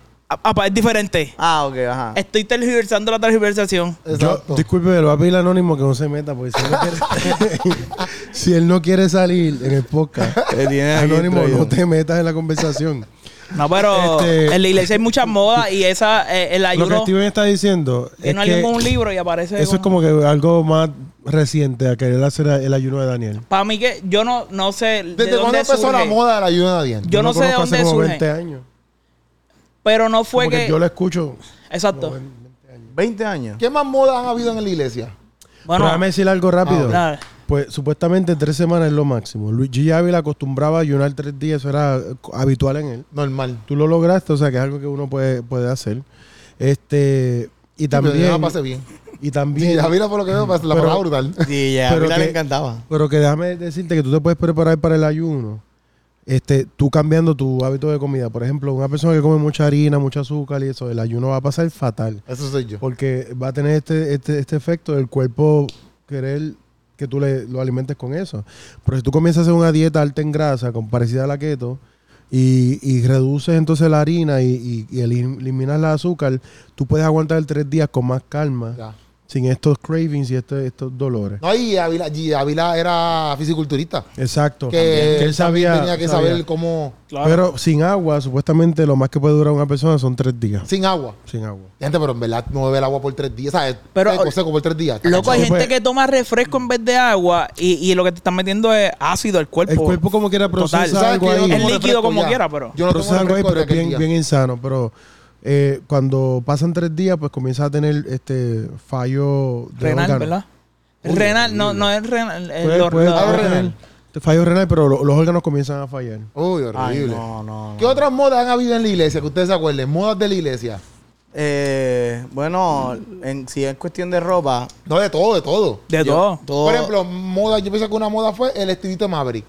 Speaker 2: ah, pa, es diferente.
Speaker 4: ah, ok, ajá.
Speaker 2: Estoy tergiversando la tergiversación.
Speaker 3: Yo,
Speaker 1: Exacto.
Speaker 3: disculpe, pero va a pedir anónimo que no se meta, porque si él no quiere,
Speaker 1: <laughs>
Speaker 3: si él no quiere salir en el podcast,
Speaker 4: Eh, tiene aquí
Speaker 3: anónimo,
Speaker 4: traído.
Speaker 3: no te metas en la conversación.
Speaker 2: No, pero
Speaker 3: Este-
Speaker 2: en la iglesia hay muchas modas y esa, eh, el
Speaker 3: Lo que
Speaker 2: ayuno.
Speaker 3: Steven está diciendo es
Speaker 2: Viene alguien
Speaker 3: que
Speaker 2: con un libro y aparece.
Speaker 3: eso es
Speaker 2: con-
Speaker 3: como que algo más reciente a querer hacer el ayuno de Daniel.
Speaker 2: Para mí que yo no, no sé. ¿de
Speaker 1: ¿Desde cuándo
Speaker 2: dónde
Speaker 1: empezó la
Speaker 2: surge,
Speaker 1: moda del ayuno de Daniel?
Speaker 2: Yo no
Speaker 3: lo
Speaker 2: sé de
Speaker 3: conozco hace
Speaker 2: dónde
Speaker 3: como
Speaker 2: surge.
Speaker 3: 20 años.
Speaker 2: Pero no fue
Speaker 3: Como que
Speaker 2: que.
Speaker 3: yo lo escucho.
Speaker 2: Exacto.
Speaker 3: Bueno,
Speaker 1: <laughs>
Speaker 4: ¿20 años?
Speaker 1: ¿Qué más modas han habido en la iglesia?
Speaker 3: pero
Speaker 2: Bueno, Ah,
Speaker 3: déjame decir algo rápido.
Speaker 2: dale.
Speaker 3: pues supuestamente tres semanas es lo máximo. Luigi Ávila acostumbraba a ayunar tres días, eso era eh, habitual en él.
Speaker 1: Normal.
Speaker 3: Tú lo lograste, o sea que es algo que uno puede, puede hacer. Este, y
Speaker 1: Pero yo
Speaker 3: también.
Speaker 1: la pasé bien.
Speaker 3: y
Speaker 1: Sí,
Speaker 3: también.
Speaker 1: a mí la- por lo que veo, pues, la
Speaker 3: Pero-
Speaker 1: pasaba brutal. <laughs>
Speaker 4: Sí, ya, a
Speaker 3: Pero
Speaker 4: mí
Speaker 3: que-
Speaker 4: le encantaba.
Speaker 3: Pero que déjame decirte que tú te puedes preparar para el ayuno. Este, tú cambiando tu hábito de comida. Por ejemplo, una persona que come mucha harina, mucho azúcar y eso, el ayuno va a pasar fatal.
Speaker 1: Eso soy yo.
Speaker 3: Porque va a tener este, este, este efecto del cuerpo querer que tú le, lo alimentes con eso. Pero si tú comienzas a hacer una dieta alta en grasa, con parecida a la keto, y, y reduces entonces la harina y, y- y elim- eliminas el azúcar, tú puedes aguantar tres días con más calma,
Speaker 1: Ya.
Speaker 3: sin estos cravings y este- estos dolores.
Speaker 1: No, y Ávila, y Ávila era fisiculturista.
Speaker 3: Exacto.
Speaker 1: Que,
Speaker 3: Que
Speaker 1: él sabía, tenía que
Speaker 3: sabía.
Speaker 1: saber cómo.
Speaker 2: Claro.
Speaker 3: Pero sin agua, supuestamente lo más que puede durar una persona son tres días.
Speaker 1: Sin agua.
Speaker 3: Sin agua.
Speaker 1: Gente, pero en verdad no bebe el agua por tres días. ¿Sabes?
Speaker 2: Pero-
Speaker 1: seco, seco por tres días. Está
Speaker 2: Loco, hay
Speaker 3: Sí,
Speaker 2: gente
Speaker 3: pues.
Speaker 2: que toma refresco en vez de agua y, y lo que te están metiendo es ácido al cuerpo.
Speaker 3: El cuerpo como quiera procesa
Speaker 2: Total.
Speaker 1: ¿Tú sabes
Speaker 3: algo
Speaker 1: que yo
Speaker 3: ahí.
Speaker 1: tomo
Speaker 2: El líquido
Speaker 1: refresco
Speaker 2: como quiera, pero-
Speaker 1: Yo no tomo
Speaker 3: Procesa algo ahí,
Speaker 1: refresco
Speaker 3: pero
Speaker 1: desde
Speaker 3: es bien,
Speaker 1: aquel
Speaker 3: bien
Speaker 1: día.
Speaker 3: insano. Pero eh, cuando pasan tres días, pues comienza a tener este fallo de
Speaker 2: renal,
Speaker 3: órgano.
Speaker 2: ¿verdad? renal, no, no es renal. es
Speaker 3: Puede-
Speaker 2: lo-
Speaker 3: puede-
Speaker 2: lo-
Speaker 1: algo
Speaker 3: puede tener
Speaker 1: Ah, renal.
Speaker 3: Fallo pues, renal, pero lo- los órganos comienzan a fallar.
Speaker 1: Uy,
Speaker 4: Ay,
Speaker 1: horrible.
Speaker 4: no, no. no.
Speaker 1: ¿Qué otras modas han habido en la iglesia que ustedes se acuerden? Modas de la iglesia.
Speaker 4: Eh, bueno, en- si es cuestión de ropa,
Speaker 1: No, de todo, de todo.
Speaker 2: de
Speaker 4: yo-
Speaker 2: todo.
Speaker 4: todo-
Speaker 1: Por ejemplo, moda, yo pienso que una moda fue el estilito Maverick.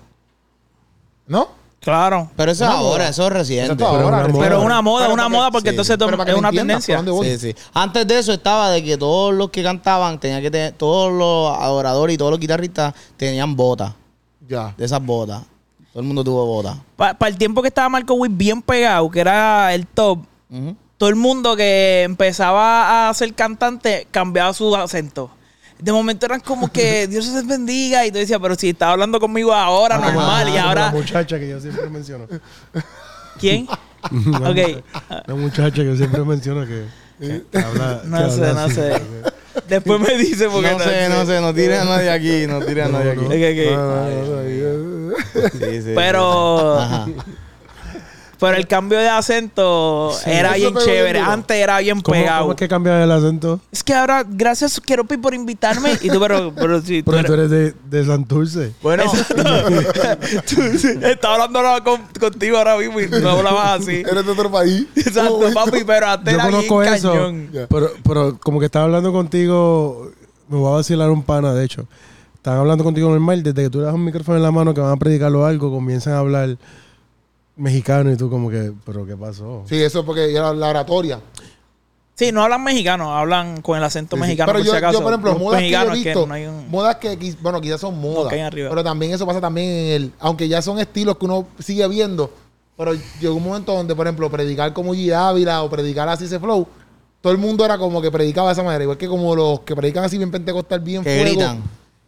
Speaker 1: ¿No?
Speaker 2: Claro.
Speaker 4: Pero eso es
Speaker 1: Una
Speaker 4: ahora,
Speaker 1: moda.
Speaker 4: eso es reciente.
Speaker 1: Eso es ahora,
Speaker 3: Pero
Speaker 1: recién.
Speaker 2: Pero una moda,
Speaker 1: Pero
Speaker 2: una
Speaker 1: para que-
Speaker 2: moda, porque
Speaker 4: sí.
Speaker 2: entonces
Speaker 1: pero para
Speaker 2: es
Speaker 1: que me
Speaker 2: una
Speaker 1: entiendas,
Speaker 2: tendencia.
Speaker 1: ¿para dónde voy?
Speaker 4: Sí, sí. Antes de eso estaba de que todos los que cantaban tenían que tener, todos los adoradores y todos los guitarristas tenían botas,
Speaker 1: Ya.
Speaker 4: de esas botas. Todo el mundo tuvo botas.
Speaker 2: Para el tiempo que estaba Marco Witt bien pegado, que era el top,
Speaker 4: Ujú.
Speaker 2: todo el mundo que empezaba a ser cantante cambiaba su acento. De momento eran
Speaker 4: <laughs>
Speaker 2: como que Dios les bendiga y tú decías, pero si estaba hablando conmigo ahora,
Speaker 3: Ah,
Speaker 2: normal, y
Speaker 3: como
Speaker 2: ahora,
Speaker 3: La muchacha que yo siempre menciono.
Speaker 4: pues. <laughs>
Speaker 2: ¿quién?
Speaker 3: Una
Speaker 2: Ok.
Speaker 3: mucha- Una muchacha que yo siempre menciono que, que-
Speaker 2: <laughs>
Speaker 3: que habla.
Speaker 2: No
Speaker 3: que
Speaker 2: sé,
Speaker 3: habla
Speaker 2: no
Speaker 3: así.
Speaker 2: sé. Después me dice porque
Speaker 4: No sé, no sé, no tire a nadie aquí, no tire a nadie aquí.
Speaker 2: Ok, ok.
Speaker 4: Sí, sí,
Speaker 2: Pero,
Speaker 4: Ajá.
Speaker 2: pero el cambio de acento era
Speaker 1: Eso
Speaker 2: bien
Speaker 1: pegó
Speaker 2: chévere.
Speaker 1: bien duro.
Speaker 2: Antes era bien
Speaker 3: ¿Cómo,
Speaker 2: pegado.
Speaker 3: cómo es que cambia el acento?
Speaker 2: ahora, gracias Keropi por invitarme. Y tú, pero, pero sí.
Speaker 3: Pero tú eres de, de Santurce.
Speaker 4: Bueno,
Speaker 2: <laughs> Tú, sí, estaba hablando ahora con- contigo ahora mismo y no hablabas así.
Speaker 1: Eres de otro país.
Speaker 2: Exacto, papi, pero antes
Speaker 3: Yo
Speaker 2: era bien
Speaker 3: conozco eso.
Speaker 2: cañón.
Speaker 1: Ya.
Speaker 3: Pero, pero como que estaba hablando contigo, me voy a vacilar un pana, de hecho. Están hablando contigo normal, desde que tú le das un micrófono en la mano que van a predicarlo algo, comienzan a hablar mexicano y tú como que, pero ¿qué pasó?
Speaker 1: Sí, eso es porque era la oratoria.
Speaker 2: Sí, no hablan mexicano, hablan con el acento
Speaker 1: Sí, sí.
Speaker 2: mexicano.
Speaker 1: Pero
Speaker 2: por
Speaker 1: yo,
Speaker 2: si acaso.
Speaker 1: yo, por ejemplo,
Speaker 2: Los
Speaker 1: modas que yo he
Speaker 2: mexicanos
Speaker 1: visto,
Speaker 2: no hay un-
Speaker 1: modas que, quiz- bueno, quizás son modas,
Speaker 2: caen arriba.
Speaker 1: pero también eso pasa también en el, aunque ya son estilos que uno sigue viendo, pero llegó un momento donde, por ejemplo, predicar como G. Ávila o predicar así ese flow, todo el mundo era como que predicaba de esa manera, igual que como los que predican así bien pentecostal, bien
Speaker 4: Que
Speaker 1: fuego.
Speaker 4: gritan.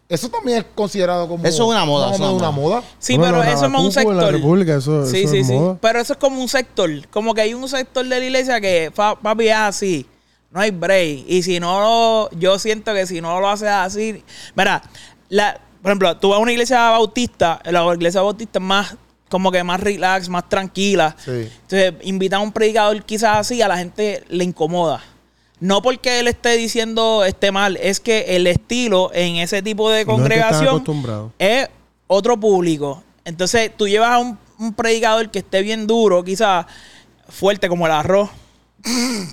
Speaker 1: Eso también es considerado como...
Speaker 4: Eso es una moda,
Speaker 1: más o
Speaker 4: eso es
Speaker 1: menos
Speaker 4: una
Speaker 1: una moda.
Speaker 2: Sí,
Speaker 3: Bueno,
Speaker 2: pero
Speaker 3: los
Speaker 2: eso es más un
Speaker 3: rabacucos
Speaker 2: sector.
Speaker 3: en la República, eso-
Speaker 2: sí,
Speaker 3: eso
Speaker 2: sí,
Speaker 3: es
Speaker 2: sí.
Speaker 3: moda.
Speaker 2: Pero eso es como un sector. Como que hay un sector de la iglesia que, fa- papi, es así. No hay break. Y si no, lo- yo siento que si no lo haces así. Mira, la, por ejemplo, tú vas a una iglesia bautista, la iglesia bautista es más, como que más relax, más tranquila.
Speaker 1: Sí.
Speaker 2: Entonces, invitar a un predicador quizás así, a la gente le incomoda. No porque él esté diciendo esté mal, es que el estilo en ese tipo de
Speaker 3: No es que están
Speaker 2: congregación
Speaker 3: acostumbrados.
Speaker 2: es otro público. Entonces, tú llevas a un, un predicador que esté bien duro, quizás fuerte como el arroz. <laughs>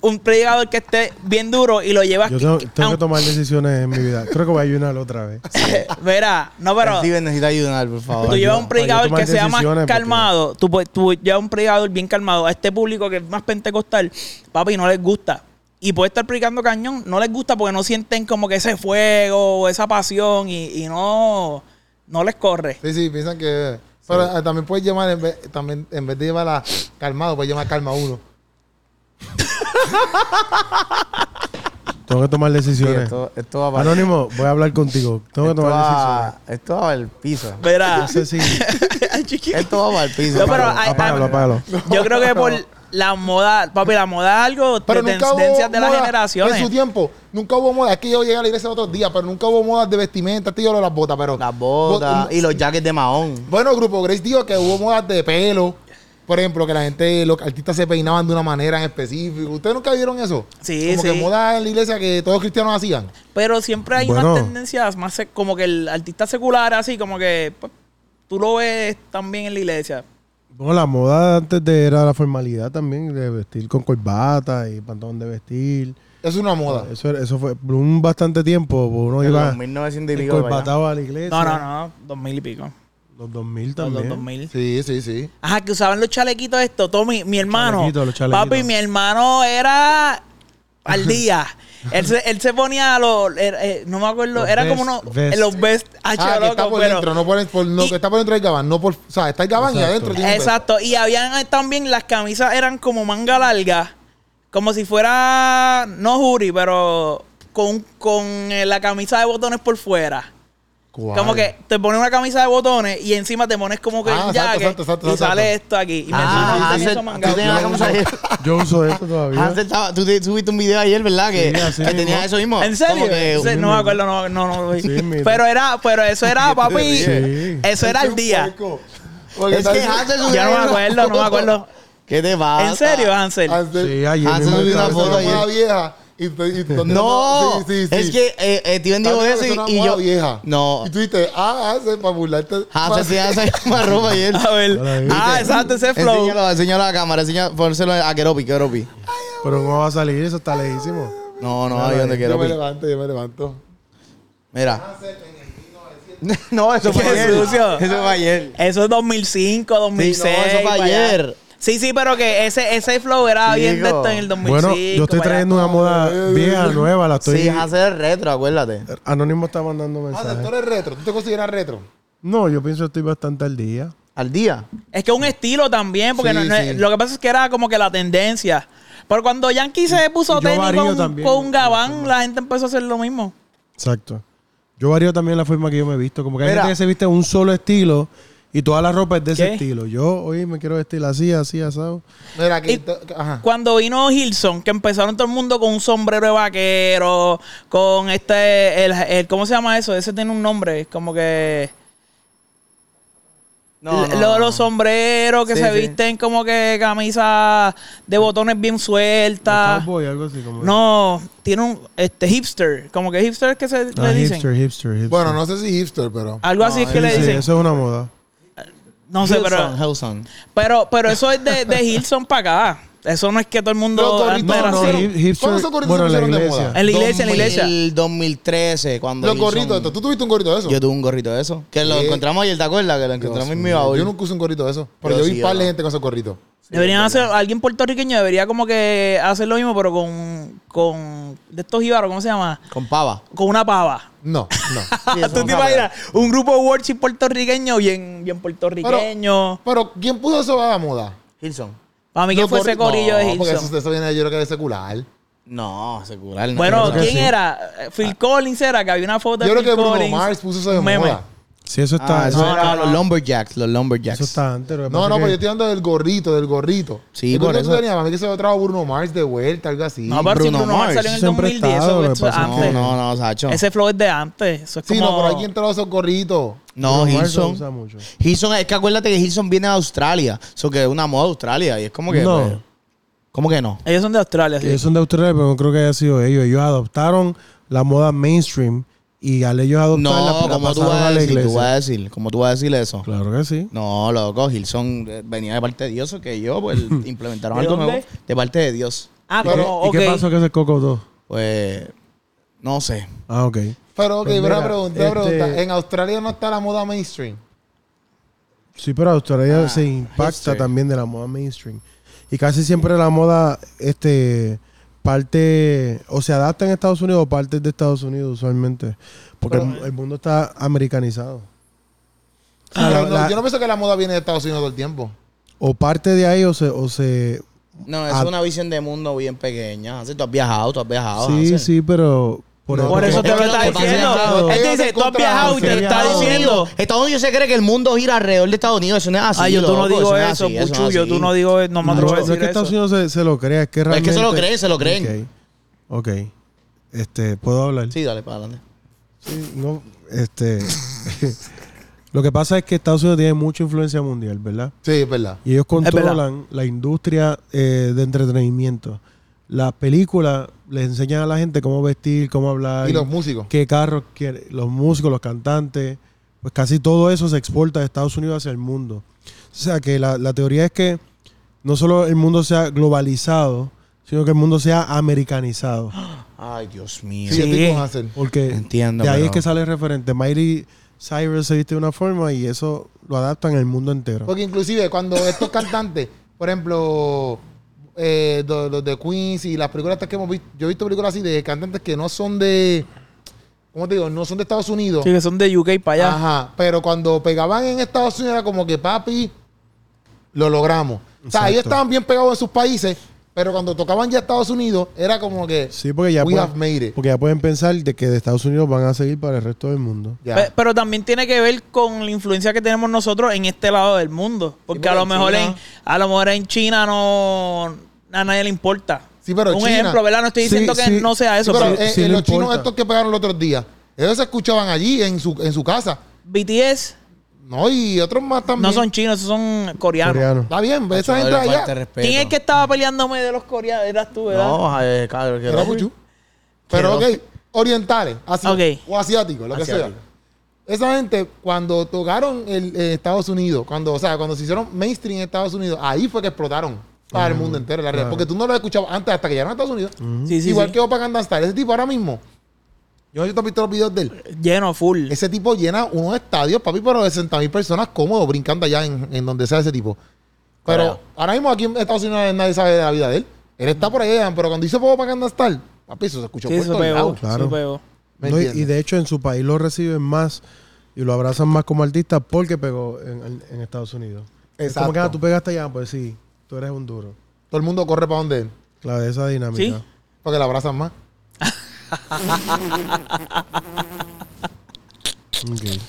Speaker 2: un predicador que esté bien duro y lo llevas.
Speaker 3: Yo tengo, tengo
Speaker 2: a
Speaker 3: que
Speaker 2: un-
Speaker 3: tomar decisiones en mi vida. Creo que voy a ayunar otra vez.
Speaker 2: <laughs> Verá, no, pero.
Speaker 4: Steven necesita ayudar, por favor.
Speaker 2: Tú
Speaker 3: Ay,
Speaker 2: llevas
Speaker 3: no,
Speaker 2: un
Speaker 3: para yo
Speaker 2: predicador
Speaker 3: tomar
Speaker 2: que sea más
Speaker 3: decisiones, porque-
Speaker 2: calmado, tú, pu- tú llevas un predicador bien calmado a este público que es más pentecostal, papi, no les gusta. Y puede estar predicando cañón, no les gusta porque no sienten como que ese fuego, o esa pasión y, y no, no les corre.
Speaker 1: Sí, sí, piensan que... Pero eh, también puedes llamar, en vez, también, en vez de llevarla calmado, puedes llamar calma uno.
Speaker 3: Tengo que tomar
Speaker 4: Sí,
Speaker 3: decisiones.
Speaker 4: esto, esto va para
Speaker 3: Anónimo, voy a hablar contigo. Tengo que
Speaker 4: esto
Speaker 3: tomar decisiones.
Speaker 4: va, esto va para el piso.
Speaker 2: Verá. <laughs>
Speaker 3: <laughs> No sé si...
Speaker 2: Ay, chiqui.
Speaker 4: Esto va para el piso.
Speaker 2: No, pero
Speaker 4: cabrón.
Speaker 2: hay-
Speaker 3: Apágalo, apágalo.
Speaker 2: Yo creo que por la moda, papi, la moda es algo
Speaker 1: Pero
Speaker 2: de
Speaker 1: nunca hubo
Speaker 2: tendencias de las
Speaker 1: moda
Speaker 2: generaciones.
Speaker 1: En su tiempo, nunca hubo moda. Es que yo llegué a la iglesia otros días, pero nunca hubo moda de vestimenta, tío, lo de las botas, pero.
Speaker 4: Las botas
Speaker 1: Bo-
Speaker 4: y los jackets de Mahón.
Speaker 1: Bueno, Grupo Grace dijo que hubo modas de pelo. Por ejemplo, que la gente, los artistas se peinaban de una manera en específico. ¿Ustedes nunca vieron eso?
Speaker 2: Sí,
Speaker 1: Como
Speaker 2: sí.
Speaker 1: que moda en la iglesia que todos los cristianos hacían.
Speaker 2: Pero siempre hay
Speaker 3: Bueno.
Speaker 2: unas tendencias más sec- como que el artista secular, así como que pues, tú lo ves también en la iglesia.
Speaker 3: Bueno, la moda antes de era la formalidad también, de vestir con corbata y pantalón de vestir.
Speaker 1: Es una moda.
Speaker 2: Ah,
Speaker 3: Eso, era- eso fue por un bastante tiempo. pues, Uno
Speaker 4: En
Speaker 3: iba
Speaker 4: Ah. los 1900 y pico. para allá.
Speaker 3: encorbatado a la iglesia.
Speaker 2: No, no, no, dos mil y pico.
Speaker 3: Los 2000
Speaker 2: Los-
Speaker 3: también.
Speaker 2: Los dos mil.
Speaker 1: Sí, sí, sí.
Speaker 2: Ajá, que usaban los chalequitos esto. Tommy, mi hermano.
Speaker 3: chalequitos, los chalequitos.
Speaker 2: Papi, mi hermano era al día. Él se, él se ponía los. era- eh, no me acuerdo.
Speaker 3: Los
Speaker 2: era
Speaker 3: best,
Speaker 2: como uno.
Speaker 3: best.
Speaker 2: Los best. Ah,
Speaker 1: Ah, que está
Speaker 2: loco,
Speaker 1: por
Speaker 2: pero-
Speaker 1: dentro, no por, por- no,
Speaker 2: Y-
Speaker 1: que está por dentro del gabán, no por, o sea, está el gabán y
Speaker 3: Exacto.
Speaker 1: adentro tiene un beso.
Speaker 2: Exacto. Y habían eh, también las camisas eran como manga larga. Como si fuera. No jury, pero. Con, con eh, la camisa de botones por fuera.
Speaker 1: ¿Cuál?
Speaker 2: Como que te pones una camisa de botones y encima te pones como que
Speaker 1: Ah,
Speaker 2: un
Speaker 1: exacto,
Speaker 2: jacket
Speaker 1: exacto, exacto,
Speaker 2: y
Speaker 1: exacto,
Speaker 2: sale
Speaker 1: exacto.
Speaker 2: esto aquí. Y me
Speaker 4: Ah,
Speaker 2: enseñan
Speaker 4: Hansel,
Speaker 2: eso
Speaker 4: tú
Speaker 2: mangado.
Speaker 4: tenías la camisa ayer.
Speaker 2: <laughs>
Speaker 3: Yo uso esto todavía.
Speaker 4: Hansel, Ah, estaba- tú te- subiste un video ayer, ¿verdad? Que,
Speaker 3: Sí, así
Speaker 4: que
Speaker 3: mismo.
Speaker 4: tenías eso mismo.
Speaker 2: ¿En serio?
Speaker 4: Como que-
Speaker 2: En serio, no me acuerdo, no, no, no.
Speaker 3: Sí, mira.
Speaker 2: pero era, pero eso era, papi.
Speaker 3: Sí.
Speaker 2: Eso
Speaker 1: Este
Speaker 2: era el día.
Speaker 1: Porque
Speaker 4: Es
Speaker 1: está
Speaker 4: que
Speaker 1: el-
Speaker 4: Hansel subió
Speaker 2: Ya no me
Speaker 4: una
Speaker 2: acuerdo, no me
Speaker 4: foto.
Speaker 2: acuerdo.
Speaker 4: ¿Qué te pasa?
Speaker 2: ¿En serio, Hansel?
Speaker 4: ah,
Speaker 1: Hansel-
Speaker 3: Sí, ayer.
Speaker 4: Hansel
Speaker 3: mismo
Speaker 4: subió una
Speaker 3: estaba-
Speaker 1: Hansel
Speaker 4: foto
Speaker 1: es una
Speaker 4: ayer.
Speaker 1: vieja. Y, y- y-
Speaker 4: No,
Speaker 1: sí, sí, sí.
Speaker 4: es que eh, eh, Steven dijo
Speaker 1: Hansel
Speaker 4: eso
Speaker 1: es
Speaker 4: y-
Speaker 1: una
Speaker 4: y,
Speaker 1: moda
Speaker 4: yo...
Speaker 1: vieja.
Speaker 4: No,
Speaker 1: Y tú dices, ah, Hansel, para burlarte.
Speaker 4: Hansel tenía <laughs> esa misma ropa ayer.
Speaker 2: A ver.
Speaker 3: Hola, ¿viste?
Speaker 2: Ah, exacto, ese flow.
Speaker 4: Enséñalo, enséñalo a la cámara, enséñalo, pónselo a Keropi, Keropi.
Speaker 3: Pero no va a salir, eso está lejísimo.
Speaker 4: No, no, ahí donde
Speaker 1: yo me
Speaker 4: Keropi.
Speaker 1: levanto, yo me levanto.
Speaker 4: Mira. No, eso <laughs> fue
Speaker 2: Qué
Speaker 4: ayer.
Speaker 2: sucio.
Speaker 4: Eso fue ayer.
Speaker 2: Eso es 2005, 2006.
Speaker 4: no, eso fue
Speaker 2: para allá.
Speaker 4: ayer.
Speaker 2: Sí, sí, pero que ese, ese flow era
Speaker 4: Chico.
Speaker 2: bien de esto en el 2005.
Speaker 3: Bueno, yo estoy
Speaker 2: para allá.
Speaker 3: trayendo una moda vieja, nueva, la estoy...
Speaker 4: Sí, Hansel es retro, acuérdate.
Speaker 3: Anónimo está mandando
Speaker 4: Ah,
Speaker 1: Hansel, Ah, tú
Speaker 3: mensajes.
Speaker 1: eres retro. ¿Tú te consideras retro?
Speaker 3: No, yo pienso que estoy bastante al día.
Speaker 4: Al día.
Speaker 2: Es que un estilo también, porque
Speaker 4: Sí,
Speaker 2: no- no es-
Speaker 4: sí.
Speaker 2: lo que pasa es que era como que la tendencia. Pero cuando Yankee se puso
Speaker 3: yo
Speaker 2: tenis
Speaker 3: varío
Speaker 2: con,
Speaker 3: también.
Speaker 2: con un gabán, la gente empezó a hacer lo mismo.
Speaker 3: Exacto. Yo varío también la forma que yo me he visto. Como que hay
Speaker 4: Mira.
Speaker 3: gente que se viste un solo estilo y toda la ropa es de
Speaker 2: ¿Qué?
Speaker 3: ese estilo. Yo hoy me quiero vestir así, así, asado.
Speaker 1: Mira,
Speaker 4: Eh,
Speaker 1: que.
Speaker 2: Y-
Speaker 1: to- que- Ajá.
Speaker 2: Cuando vino Hilson, que empezaron todo el mundo con un sombrero de vaquero, con este, el, el- ¿cómo se llama eso? Ese tiene un nombre, como que...
Speaker 4: No,
Speaker 2: L-
Speaker 4: no,
Speaker 2: lo-
Speaker 4: no.
Speaker 2: Los sombreros que
Speaker 4: Sí,
Speaker 2: se
Speaker 4: sí.
Speaker 2: visten como que camisas de botones bien sueltas.
Speaker 3: Cowboy, algo así como...
Speaker 2: Ah. No, tiene un este hipster, como que hipster es que se
Speaker 3: Ah,
Speaker 2: le dicen.
Speaker 3: hipster, hipster, hipster.
Speaker 1: Bueno, no sé si hipster, pero.
Speaker 2: Algo así
Speaker 4: No,
Speaker 2: es que le
Speaker 3: Sí,
Speaker 2: dicen.
Speaker 3: eso es una moda.
Speaker 2: No sé, pero,
Speaker 4: Hillsong, Hillsong.
Speaker 2: pero pero eso es de, de Hilson para acá. Eso no es que todo el
Speaker 1: Los
Speaker 2: mundo
Speaker 1: gorritos,
Speaker 2: antes era
Speaker 1: no,
Speaker 2: así.
Speaker 1: hicieron-
Speaker 3: hip- hipster-
Speaker 1: ¿Cuándo esos gorritos
Speaker 3: bueno,
Speaker 1: se
Speaker 3: la
Speaker 1: pusieron de
Speaker 3: iglesia.
Speaker 1: moda?
Speaker 2: En la iglesia, en la iglesia.
Speaker 4: El 2013, cuando.
Speaker 1: Eh, Los
Speaker 4: Hillsong-
Speaker 1: gorritos, estos. ¿Tú tuviste un gorrito de eso?
Speaker 4: Yo tuve un gorrito de eso. Que lo
Speaker 1: Sí.
Speaker 4: encontramos ayer, ¿te acuerdas? Que lo encontramos en mi baúl.
Speaker 1: Yo nunca usé un gorrito de eso. Pero
Speaker 4: Yo
Speaker 1: yo
Speaker 4: sí,
Speaker 1: vi par de
Speaker 4: yo no.
Speaker 1: gente con esos gorritos.
Speaker 2: Deberían hacer, alguien puertorriqueño debería como que hacer lo mismo, pero con, con de estos íbaros, ¿cómo se llama?
Speaker 4: Con pava.
Speaker 2: Con una pava.
Speaker 1: No, no. <laughs>
Speaker 4: Sí, eso
Speaker 2: <laughs> ¿Tú
Speaker 4: no
Speaker 2: te
Speaker 4: se puede.
Speaker 2: imaginas? Un grupo de worship puertorriqueño bien, bien puertorriqueño.
Speaker 1: Pero, ¿quién puso eso a la moda?
Speaker 4: Hillsong.
Speaker 2: Para mí, ¿quién
Speaker 1: Los
Speaker 2: fue ese
Speaker 1: gorri-
Speaker 2: corillo
Speaker 1: no,
Speaker 2: de
Speaker 1: Porque
Speaker 2: Hilson?
Speaker 1: eso, eso viene, yo creo que de secular.
Speaker 4: No, secular. No,
Speaker 2: Bueno,
Speaker 3: Yo creo que
Speaker 2: ¿quién
Speaker 3: sí.
Speaker 2: era? Eh, Phil Collins era, que había una foto de
Speaker 1: Yo creo
Speaker 2: Phil
Speaker 1: que Bruno
Speaker 2: Collins.
Speaker 1: Mars puso eso de
Speaker 2: Un meme.
Speaker 1: moda.
Speaker 3: Sí, eso está...
Speaker 4: Ah,
Speaker 3: eso,
Speaker 4: eso
Speaker 2: no,
Speaker 4: era
Speaker 2: no,
Speaker 4: los
Speaker 2: no.
Speaker 4: Lumberjacks, los Lumberjacks.
Speaker 3: eso está antes. lo que
Speaker 1: No,
Speaker 3: pasa
Speaker 1: no,
Speaker 4: pues
Speaker 3: es
Speaker 1: pero yo
Speaker 3: que-
Speaker 1: estoy hablando del gorrito, del gorrito.
Speaker 4: Sí,
Speaker 1: El gorrito
Speaker 4: por
Speaker 1: que tú
Speaker 4: eso.
Speaker 1: tenías, para mí que se lo trajo Bruno Mars de vuelta, algo así.
Speaker 2: No, pero si
Speaker 4: Bruno
Speaker 2: Bruno
Speaker 4: Mars.
Speaker 2: Mars salió en el
Speaker 3: Siempre ha
Speaker 2: 2010,
Speaker 3: estado,
Speaker 2: eso,
Speaker 3: lo
Speaker 2: eso
Speaker 3: que
Speaker 4: pues,
Speaker 2: es
Speaker 3: pasa es
Speaker 2: antes.
Speaker 4: No, no, no, Sacho.
Speaker 2: Ese flow es de antes. Eso es
Speaker 1: sí,
Speaker 2: como...
Speaker 1: no, pero alguien trajo esos gorritos.
Speaker 4: No,
Speaker 3: Bruno Mars lo usa
Speaker 4: Hilson.
Speaker 3: mucho.
Speaker 4: Hilson, es que acuérdate que Hilson viene de Australia. Eso que es una moda de Australia. Y es como que.
Speaker 3: No.
Speaker 4: pues, ¿Cómo que no?
Speaker 2: Ellos son de Australia, sí.
Speaker 3: Ellos son de Australia, pero no creo que haya sido ellos. Ellos adoptaron la moda mainstream y al ellos adoptarla,
Speaker 4: No,
Speaker 3: la
Speaker 4: como tú
Speaker 3: pasaron
Speaker 4: vas
Speaker 3: a
Speaker 4: a
Speaker 3: la
Speaker 4: decir, tú vas
Speaker 3: iglesia.
Speaker 4: a decir, como tú vas a decir eso.
Speaker 3: Claro que sí.
Speaker 4: No, loco, Gilson eh, venía de parte de Dios, o que yo,
Speaker 3: <laughs>
Speaker 4: pues implementaron
Speaker 2: ¿De
Speaker 4: algo
Speaker 2: dónde?
Speaker 4: nuevo de parte de Dios.
Speaker 2: Ah,
Speaker 1: Pero-
Speaker 2: como,
Speaker 3: ¿Y
Speaker 2: ok.
Speaker 3: qué pasó que ese Coco 2?
Speaker 4: Pues, no sé.
Speaker 3: Ah, ok.
Speaker 1: Pero, ok,
Speaker 3: Pues
Speaker 1: pero
Speaker 3: mira,
Speaker 1: pregunta, una
Speaker 3: este-
Speaker 1: pregunta. En Australia no está la moda mainstream.
Speaker 3: Sí, pero Australia
Speaker 4: Ah,
Speaker 3: se impacta
Speaker 2: este.
Speaker 4: hipster.
Speaker 3: también de la moda mainstream. Y casi siempre la moda, este, parte, o se adapta en Estados Unidos o parte de Estados Unidos usualmente. Porque
Speaker 2: eh.
Speaker 3: el, el mundo está americanizado. O
Speaker 2: Ah,
Speaker 3: sea,
Speaker 1: Pero
Speaker 3: la-
Speaker 1: no,
Speaker 3: la-
Speaker 1: yo no pienso que la moda viene de Estados Unidos todo el tiempo.
Speaker 3: O parte de ahí o se... O se
Speaker 4: No, es
Speaker 3: Ah.
Speaker 4: una visión de mundo bien pequeña. Hansel, tú has viajado, tú has viajado.
Speaker 3: sí,
Speaker 4: Hansel.
Speaker 3: sí, pero...
Speaker 1: No,
Speaker 2: Por
Speaker 1: porque-
Speaker 2: eso te
Speaker 4: es
Speaker 2: lo
Speaker 4: que
Speaker 2: está
Speaker 4: lo que pasa es
Speaker 2: diciendo.
Speaker 1: que
Speaker 2: Él te
Speaker 1: ellos
Speaker 2: dice,
Speaker 1: se
Speaker 2: tú has viajado y te
Speaker 1: encontraron-
Speaker 2: lo está
Speaker 4: Estados
Speaker 2: diciendo.
Speaker 4: Unidos, Estados Unidos se cree que el mundo gira alrededor de Estados Unidos. Eso no es así.
Speaker 2: Ay, yo tú no
Speaker 4: loco,
Speaker 2: digo
Speaker 4: no es
Speaker 2: eso,
Speaker 4: así, no es
Speaker 2: Puchu. Yo
Speaker 4: así.
Speaker 2: tú no digo eh, No me
Speaker 3: No,
Speaker 2: atrevo a
Speaker 3: no es
Speaker 2: decir
Speaker 3: que Estados
Speaker 2: eso.
Speaker 3: Unidos se, se lo crea, es que
Speaker 4: es
Speaker 3: realmente...
Speaker 4: que se lo creen, se lo creen.
Speaker 3: Ok, ok. Este, ¿puedo hablar?
Speaker 4: Sí, dale para adelante.
Speaker 3: Sí, no, este... <laughs> lo que pasa es que Estados Unidos tiene mucha influencia mundial, ¿verdad?
Speaker 1: Sí, es verdad.
Speaker 3: Y ellos
Speaker 2: verdad.
Speaker 3: controlan la industria eh, de entretenimiento. Las películas les enseñan a la gente cómo vestir, cómo hablar,
Speaker 1: Y los músicos.
Speaker 3: qué carros quiere, los músicos, los cantantes. Pues casi todo eso se exporta de Estados Unidos hacia el mundo. O sea que la, la teoría es que no solo el mundo sea globalizado, sino que el mundo sea
Speaker 1: <gasps>
Speaker 3: americanizado.
Speaker 4: Ay, Dios mío.
Speaker 1: Sí, yo estoy
Speaker 2: Sí.
Speaker 1: con Hansel.
Speaker 3: Porque
Speaker 4: Entiendo,
Speaker 3: de ahí
Speaker 4: pero-
Speaker 3: es que sale el referente. Miley Cyrus se viste de una forma y eso lo adaptan en el mundo
Speaker 2: <laughs>
Speaker 3: entero.
Speaker 1: Porque inclusive cuando estos cantantes, por ejemplo, eh, do- los de Queens y las películas estas que hemos visto. Yo he visto películas así de cantantes que no son de. ¿Cómo te digo? No son de Estados Unidos.
Speaker 2: Sí, que son de UK para allá.
Speaker 1: Ajá. Pero cuando pegaban en Estados Unidos era como que, papi, lo logramos. O sea, ellos
Speaker 3: Exacto.
Speaker 1: estaban bien pegados en sus países, pero cuando tocaban ya Estados Unidos era como que.
Speaker 3: Sí, porque ya,
Speaker 1: We
Speaker 3: pueden-
Speaker 1: have made it.
Speaker 3: porque ya pueden pensar de que de Estados Unidos van a seguir para el resto del mundo.
Speaker 1: ya.
Speaker 2: Pe- Pero también tiene que ver con la influencia que tenemos nosotros en este lado del mundo. Porque
Speaker 4: porque
Speaker 2: a lo
Speaker 4: en
Speaker 2: mejor
Speaker 4: China-
Speaker 2: en, a lo mejor en China no a nadie le importa.
Speaker 1: Sí, pero
Speaker 2: Un
Speaker 1: China-
Speaker 2: ejemplo, ¿verdad? No estoy
Speaker 3: Sí,
Speaker 2: diciendo que
Speaker 3: sí.
Speaker 2: no sea eso,
Speaker 1: Sí, pero
Speaker 2: pero
Speaker 1: eh,
Speaker 3: sí
Speaker 1: eh,
Speaker 3: le
Speaker 1: los chinos
Speaker 3: importa.
Speaker 1: estos que pegaron los otros días, ellos se escuchaban allí en su, en su casa.
Speaker 2: BTS
Speaker 1: No, y otros más también.
Speaker 2: no son chinos, esos son coreanos.
Speaker 3: Coreano.
Speaker 1: Está bien, esa
Speaker 4: No
Speaker 1: gente
Speaker 4: le falta
Speaker 1: allá.
Speaker 4: respeto.
Speaker 2: ¿Quién es que estaba peleándome de los coreanos? Eras tú, ¿verdad?
Speaker 4: No, eh, cabrón, que
Speaker 1: Era
Speaker 4: no.
Speaker 1: Puchu. Pero ok,
Speaker 4: Pero-
Speaker 1: orientales asi-
Speaker 2: Ok.
Speaker 1: o asiáticos, lo que
Speaker 4: Asiático.
Speaker 1: sea. Esa gente, cuando tocaron el, eh, Estados Unidos, cuando, o sea, cuando se hicieron mainstream en Estados Unidos, ahí fue que explotaron para el mundo entero, la realidad. Porque tú no lo escuchabas antes hasta que llegaron a Estados Unidos.
Speaker 2: Sí, sí,
Speaker 1: Igual
Speaker 2: sí.
Speaker 1: que Opa Candastar, ese tipo ahora mismo. Yo no sé si tú has visto los videos de él.
Speaker 2: Lleno, full.
Speaker 1: Ese tipo llena unos estadios, papi, pero de 60 mil personas cómodo brincando allá en, en donde sea ese tipo. Pero
Speaker 4: Claro.
Speaker 1: ahora mismo aquí en Estados Unidos nadie sabe de la vida de él. Él está por ahí, pero cuando hizo Propaganda Star, papi, eso se escuchó
Speaker 2: Sí,
Speaker 1: por
Speaker 2: eso
Speaker 1: todos
Speaker 2: pegó.
Speaker 1: lados.
Speaker 2: eso
Speaker 3: claro.
Speaker 2: pegó.
Speaker 1: ¿Me
Speaker 3: No, y,
Speaker 1: entiendes?
Speaker 3: y de hecho en su país lo reciben más y lo abrazan más como artista porque pegó en, en- en Estados Unidos. Es
Speaker 1: Exacto.
Speaker 3: como que ah, tú pegaste allá, pues sí, tú eres un duro.
Speaker 1: Todo el mundo corre para donde él,
Speaker 3: Claro, esa dinámica.
Speaker 2: Sí.
Speaker 1: porque la abrazan más. <laughs>
Speaker 3: Ok.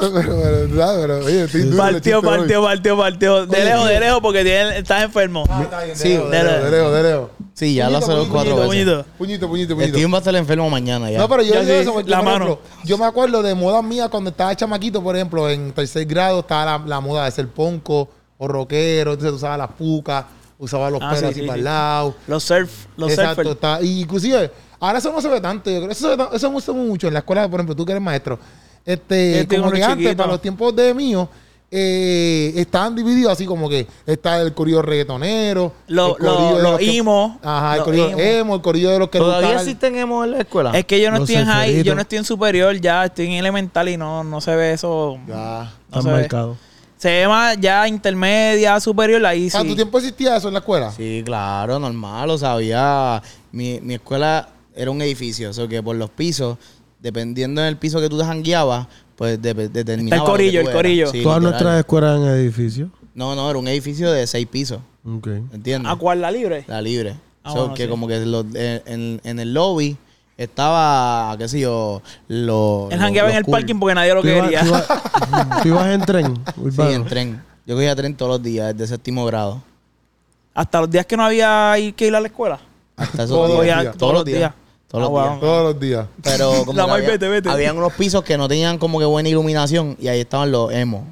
Speaker 1: pero, pero, ¿sabes? pero, oye, estoy duro en el
Speaker 2: Partió,
Speaker 1: chiste hoy.
Speaker 2: partió, partió, partió. De
Speaker 1: Oye,
Speaker 2: lejos, de
Speaker 1: tío.
Speaker 2: lejos, porque tiene- estás enfermo.
Speaker 1: Ah, está bien, de
Speaker 4: Sí,
Speaker 1: lejos, de
Speaker 2: dale.
Speaker 1: lejos, de lejos, de lejos.
Speaker 4: Sí, ya lo
Speaker 1: Puñito,
Speaker 4: hace los
Speaker 1: puñito,
Speaker 4: cuatro
Speaker 2: puñito,
Speaker 4: veces.
Speaker 2: puñito.
Speaker 1: Puñito, puñito,
Speaker 4: El
Speaker 1: puñito.
Speaker 4: Steven va a estar enfermo mañana ya.
Speaker 1: No, pero yo
Speaker 2: Ya
Speaker 1: digo
Speaker 2: sí,
Speaker 1: eso porque,
Speaker 2: la
Speaker 1: por
Speaker 2: mano.
Speaker 1: ejemplo, yo me acuerdo de modas mías cuando estaba chamaquito, por ejemplo, en tercer grado estaba la, la moda de ser ponco o rockero, entonces tú usabas las pucas, usabas los
Speaker 2: Ah,
Speaker 1: pelos
Speaker 2: sí,
Speaker 1: así
Speaker 2: sí,
Speaker 1: para
Speaker 2: sí.
Speaker 1: el lado.
Speaker 2: Los surf, los
Speaker 1: Exacto,
Speaker 2: surfers.
Speaker 1: está- y inclusive, ahora eso no se ve tanto, yo creo, eso, se ve tan- eso me gusta mucho en la escuela, por ejemplo, tú que eres maestro. Este,
Speaker 2: Este,
Speaker 1: como
Speaker 2: uno
Speaker 1: que antes,
Speaker 2: chiquito.
Speaker 1: para los tiempos de mío, eh, estaban divididos así como que está el corillo reggaetonero,
Speaker 2: Lo-
Speaker 1: el corillo
Speaker 2: lo-
Speaker 1: de
Speaker 2: lo
Speaker 1: los que-
Speaker 2: imo,
Speaker 1: ajá, el
Speaker 2: lo
Speaker 1: corillo
Speaker 2: imo.
Speaker 1: emo, el corillo de los que le
Speaker 4: ¿Todavía
Speaker 1: gustaba el-
Speaker 4: existen emo en la escuela?
Speaker 2: Es que yo no
Speaker 3: Los
Speaker 2: estoy en high,
Speaker 3: surferitos.
Speaker 2: yo no estoy en superior, ya estoy en elemental y no, no se ve eso.
Speaker 1: Ya.
Speaker 2: No
Speaker 3: Están
Speaker 2: se, ve.
Speaker 3: marcados.
Speaker 2: se ve más ya intermedia, superior, ahí
Speaker 1: ¿A tu
Speaker 2: sí.
Speaker 1: Ah, tiempo existía eso en la escuela?
Speaker 4: Sí, claro, normal, o sea, había... Mi, mi escuela era un edificio, o sea, que por los pisos, dependiendo del piso que tú te jangueabas, pues de, de- determinaba lo que
Speaker 2: corillo,
Speaker 4: tú
Speaker 2: el
Speaker 4: eras.
Speaker 2: corillo.
Speaker 4: Sí,
Speaker 3: Todas
Speaker 4: literal.
Speaker 3: nuestras escuelas en edificio.
Speaker 4: No, no, era un edificio de seis pisos,
Speaker 3: Ok.
Speaker 4: ¿entiendes?
Speaker 2: ¿A cuál la libre?
Speaker 4: La libre.
Speaker 2: Ah,
Speaker 4: So,
Speaker 2: bueno,
Speaker 4: que
Speaker 2: sí.
Speaker 4: como que los- en, en- en el lobby estaba, qué sé yo, los...
Speaker 2: Él jangueaba en el parking porque nadie lo
Speaker 3: Tú ibas,
Speaker 2: quería.
Speaker 3: tú ibas- tú ibas en tren.
Speaker 4: Sí,
Speaker 3: urbano.
Speaker 4: en tren. Yo cogía tren todos los días, desde séptimo grado.
Speaker 2: <laughs> Hasta los días que no había ir- que ir a la escuela.
Speaker 4: Hasta
Speaker 3: <laughs>
Speaker 4: esos
Speaker 1: Todos los
Speaker 4: días.
Speaker 1: días.
Speaker 4: Todos los días. Todos
Speaker 2: Ah,
Speaker 4: los
Speaker 2: wow.
Speaker 4: días.
Speaker 1: Todos los días.
Speaker 4: Pero
Speaker 2: <laughs>
Speaker 4: como
Speaker 2: La
Speaker 4: que
Speaker 2: May,
Speaker 4: había-
Speaker 2: vete, vete.
Speaker 4: habían unos pisos que no tenían como que buena iluminación y ahí estaban los emos.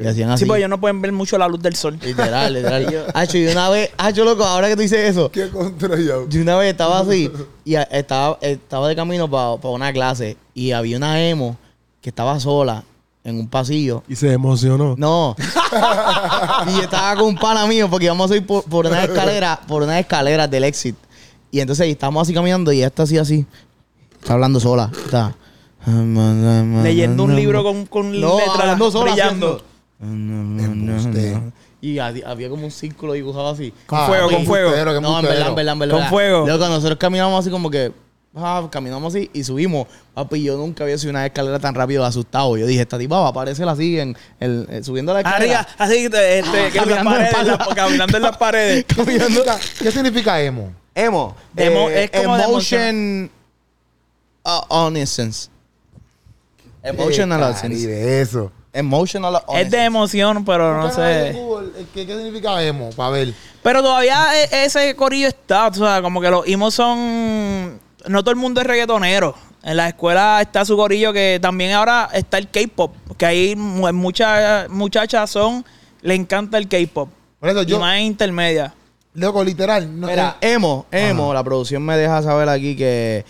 Speaker 4: Y hacían
Speaker 3: Ah,
Speaker 4: así.
Speaker 2: Sí, pues, porque ellos no pueden ver mucho la luz del sol.
Speaker 4: Literal,
Speaker 2: <laughs>
Speaker 4: literal. Hacho, y una vez, Hacho, loco, ahora que tú dices eso,
Speaker 1: ¿Qué contra yo?
Speaker 4: yo una vez estaba así
Speaker 2: <laughs>
Speaker 4: y a- estaba, estaba de camino para una clase y había una emo que estaba sola en un pasillo
Speaker 3: Y se emocionó.
Speaker 4: <laughs> No. y yo estaba con un pana mío porque íbamos a ir por, por una escalera, por una escalera del exit. Y entonces ahí estábamos así caminando y ella está así, así. Está hablando sola. Está.
Speaker 2: Leyendo
Speaker 4: Leyendo
Speaker 2: un libro con, con
Speaker 4: no,
Speaker 2: letras
Speaker 4: hablando sola,
Speaker 2: brillando.
Speaker 1: Embuste.
Speaker 4: haciendo- Y había había como un círculo dibujado así.
Speaker 2: Con fuego, con fuego.
Speaker 4: No, en verdad, en verdad, en verdad.
Speaker 2: Con fuego.
Speaker 4: Luego nosotros caminamos así como que. ah, caminamos así y subimos. Papi, yo nunca había subido una escalera tan rápido asustado. Yo dije, esta tipa va a aparecer así en, el- eh, subiendo la escalera.
Speaker 2: Arriba, así, este, este, que en las
Speaker 4: caminando en
Speaker 2: paredes,
Speaker 4: pala.
Speaker 2: la- caminando en las
Speaker 3: <laughs>
Speaker 2: paredes.
Speaker 1: ¿Qué significa, ¿Qué significa emo?
Speaker 4: Emo.
Speaker 2: Emo-
Speaker 4: eh,
Speaker 2: es como de
Speaker 4: emotion. uh, Innocence. Emotional Innocence.
Speaker 1: de eso.
Speaker 4: Emotional
Speaker 2: Es de
Speaker 4: Innocence.
Speaker 2: emoción, pero no
Speaker 1: Busca ahí en
Speaker 2: sé.
Speaker 1: Google, eh, ¿Qué, ¿Qué significa emo? Para ver.
Speaker 2: Pero todavía e- ese corillo está, o sea, como que los imos son... No todo el mundo es reggaetonero. En la escuela está su corillo que también ahora está el K-pop, que ahí mu- muchas muchachas son, le encanta el K-pop.
Speaker 1: Por eso
Speaker 2: Y
Speaker 1: yo,
Speaker 2: más intermedia.
Speaker 1: loco, literal. No, eh,
Speaker 4: Mira, emo, emo. La producción me deja saber aquí que.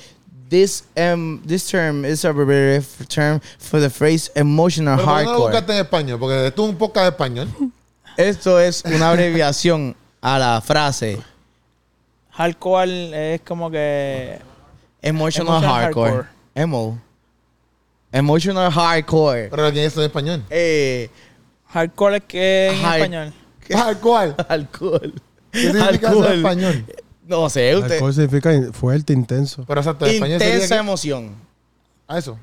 Speaker 4: This, em- this term is a abbreviated term for the phrase emotional
Speaker 1: pero ¿por qué no lo
Speaker 4: hardcore.
Speaker 1: buscaste en español? Porque esto es un podcast de español.
Speaker 4: Esto es una abreviación a la frase
Speaker 2: Hardcore es como que...
Speaker 4: emotional,
Speaker 2: Emotional
Speaker 4: hardcore.
Speaker 2: hardcore.
Speaker 4: Emo. Emotional hardcore.
Speaker 1: Pero ¿quién es eso en español?
Speaker 2: <laughs>
Speaker 4: Eh,
Speaker 2: Hardcore es que en
Speaker 4: Hard-
Speaker 2: español.
Speaker 1: ¿Cuál?
Speaker 4: alcohol.
Speaker 1: ¿Qué significa eso en
Speaker 4: Alcohol.
Speaker 1: español?
Speaker 4: No sé, usted.
Speaker 3: Alcohol significa in- fuerte, intenso.
Speaker 1: Pero exacto, en español sería
Speaker 4: Intensa
Speaker 1: que-
Speaker 4: emoción.
Speaker 1: a eso.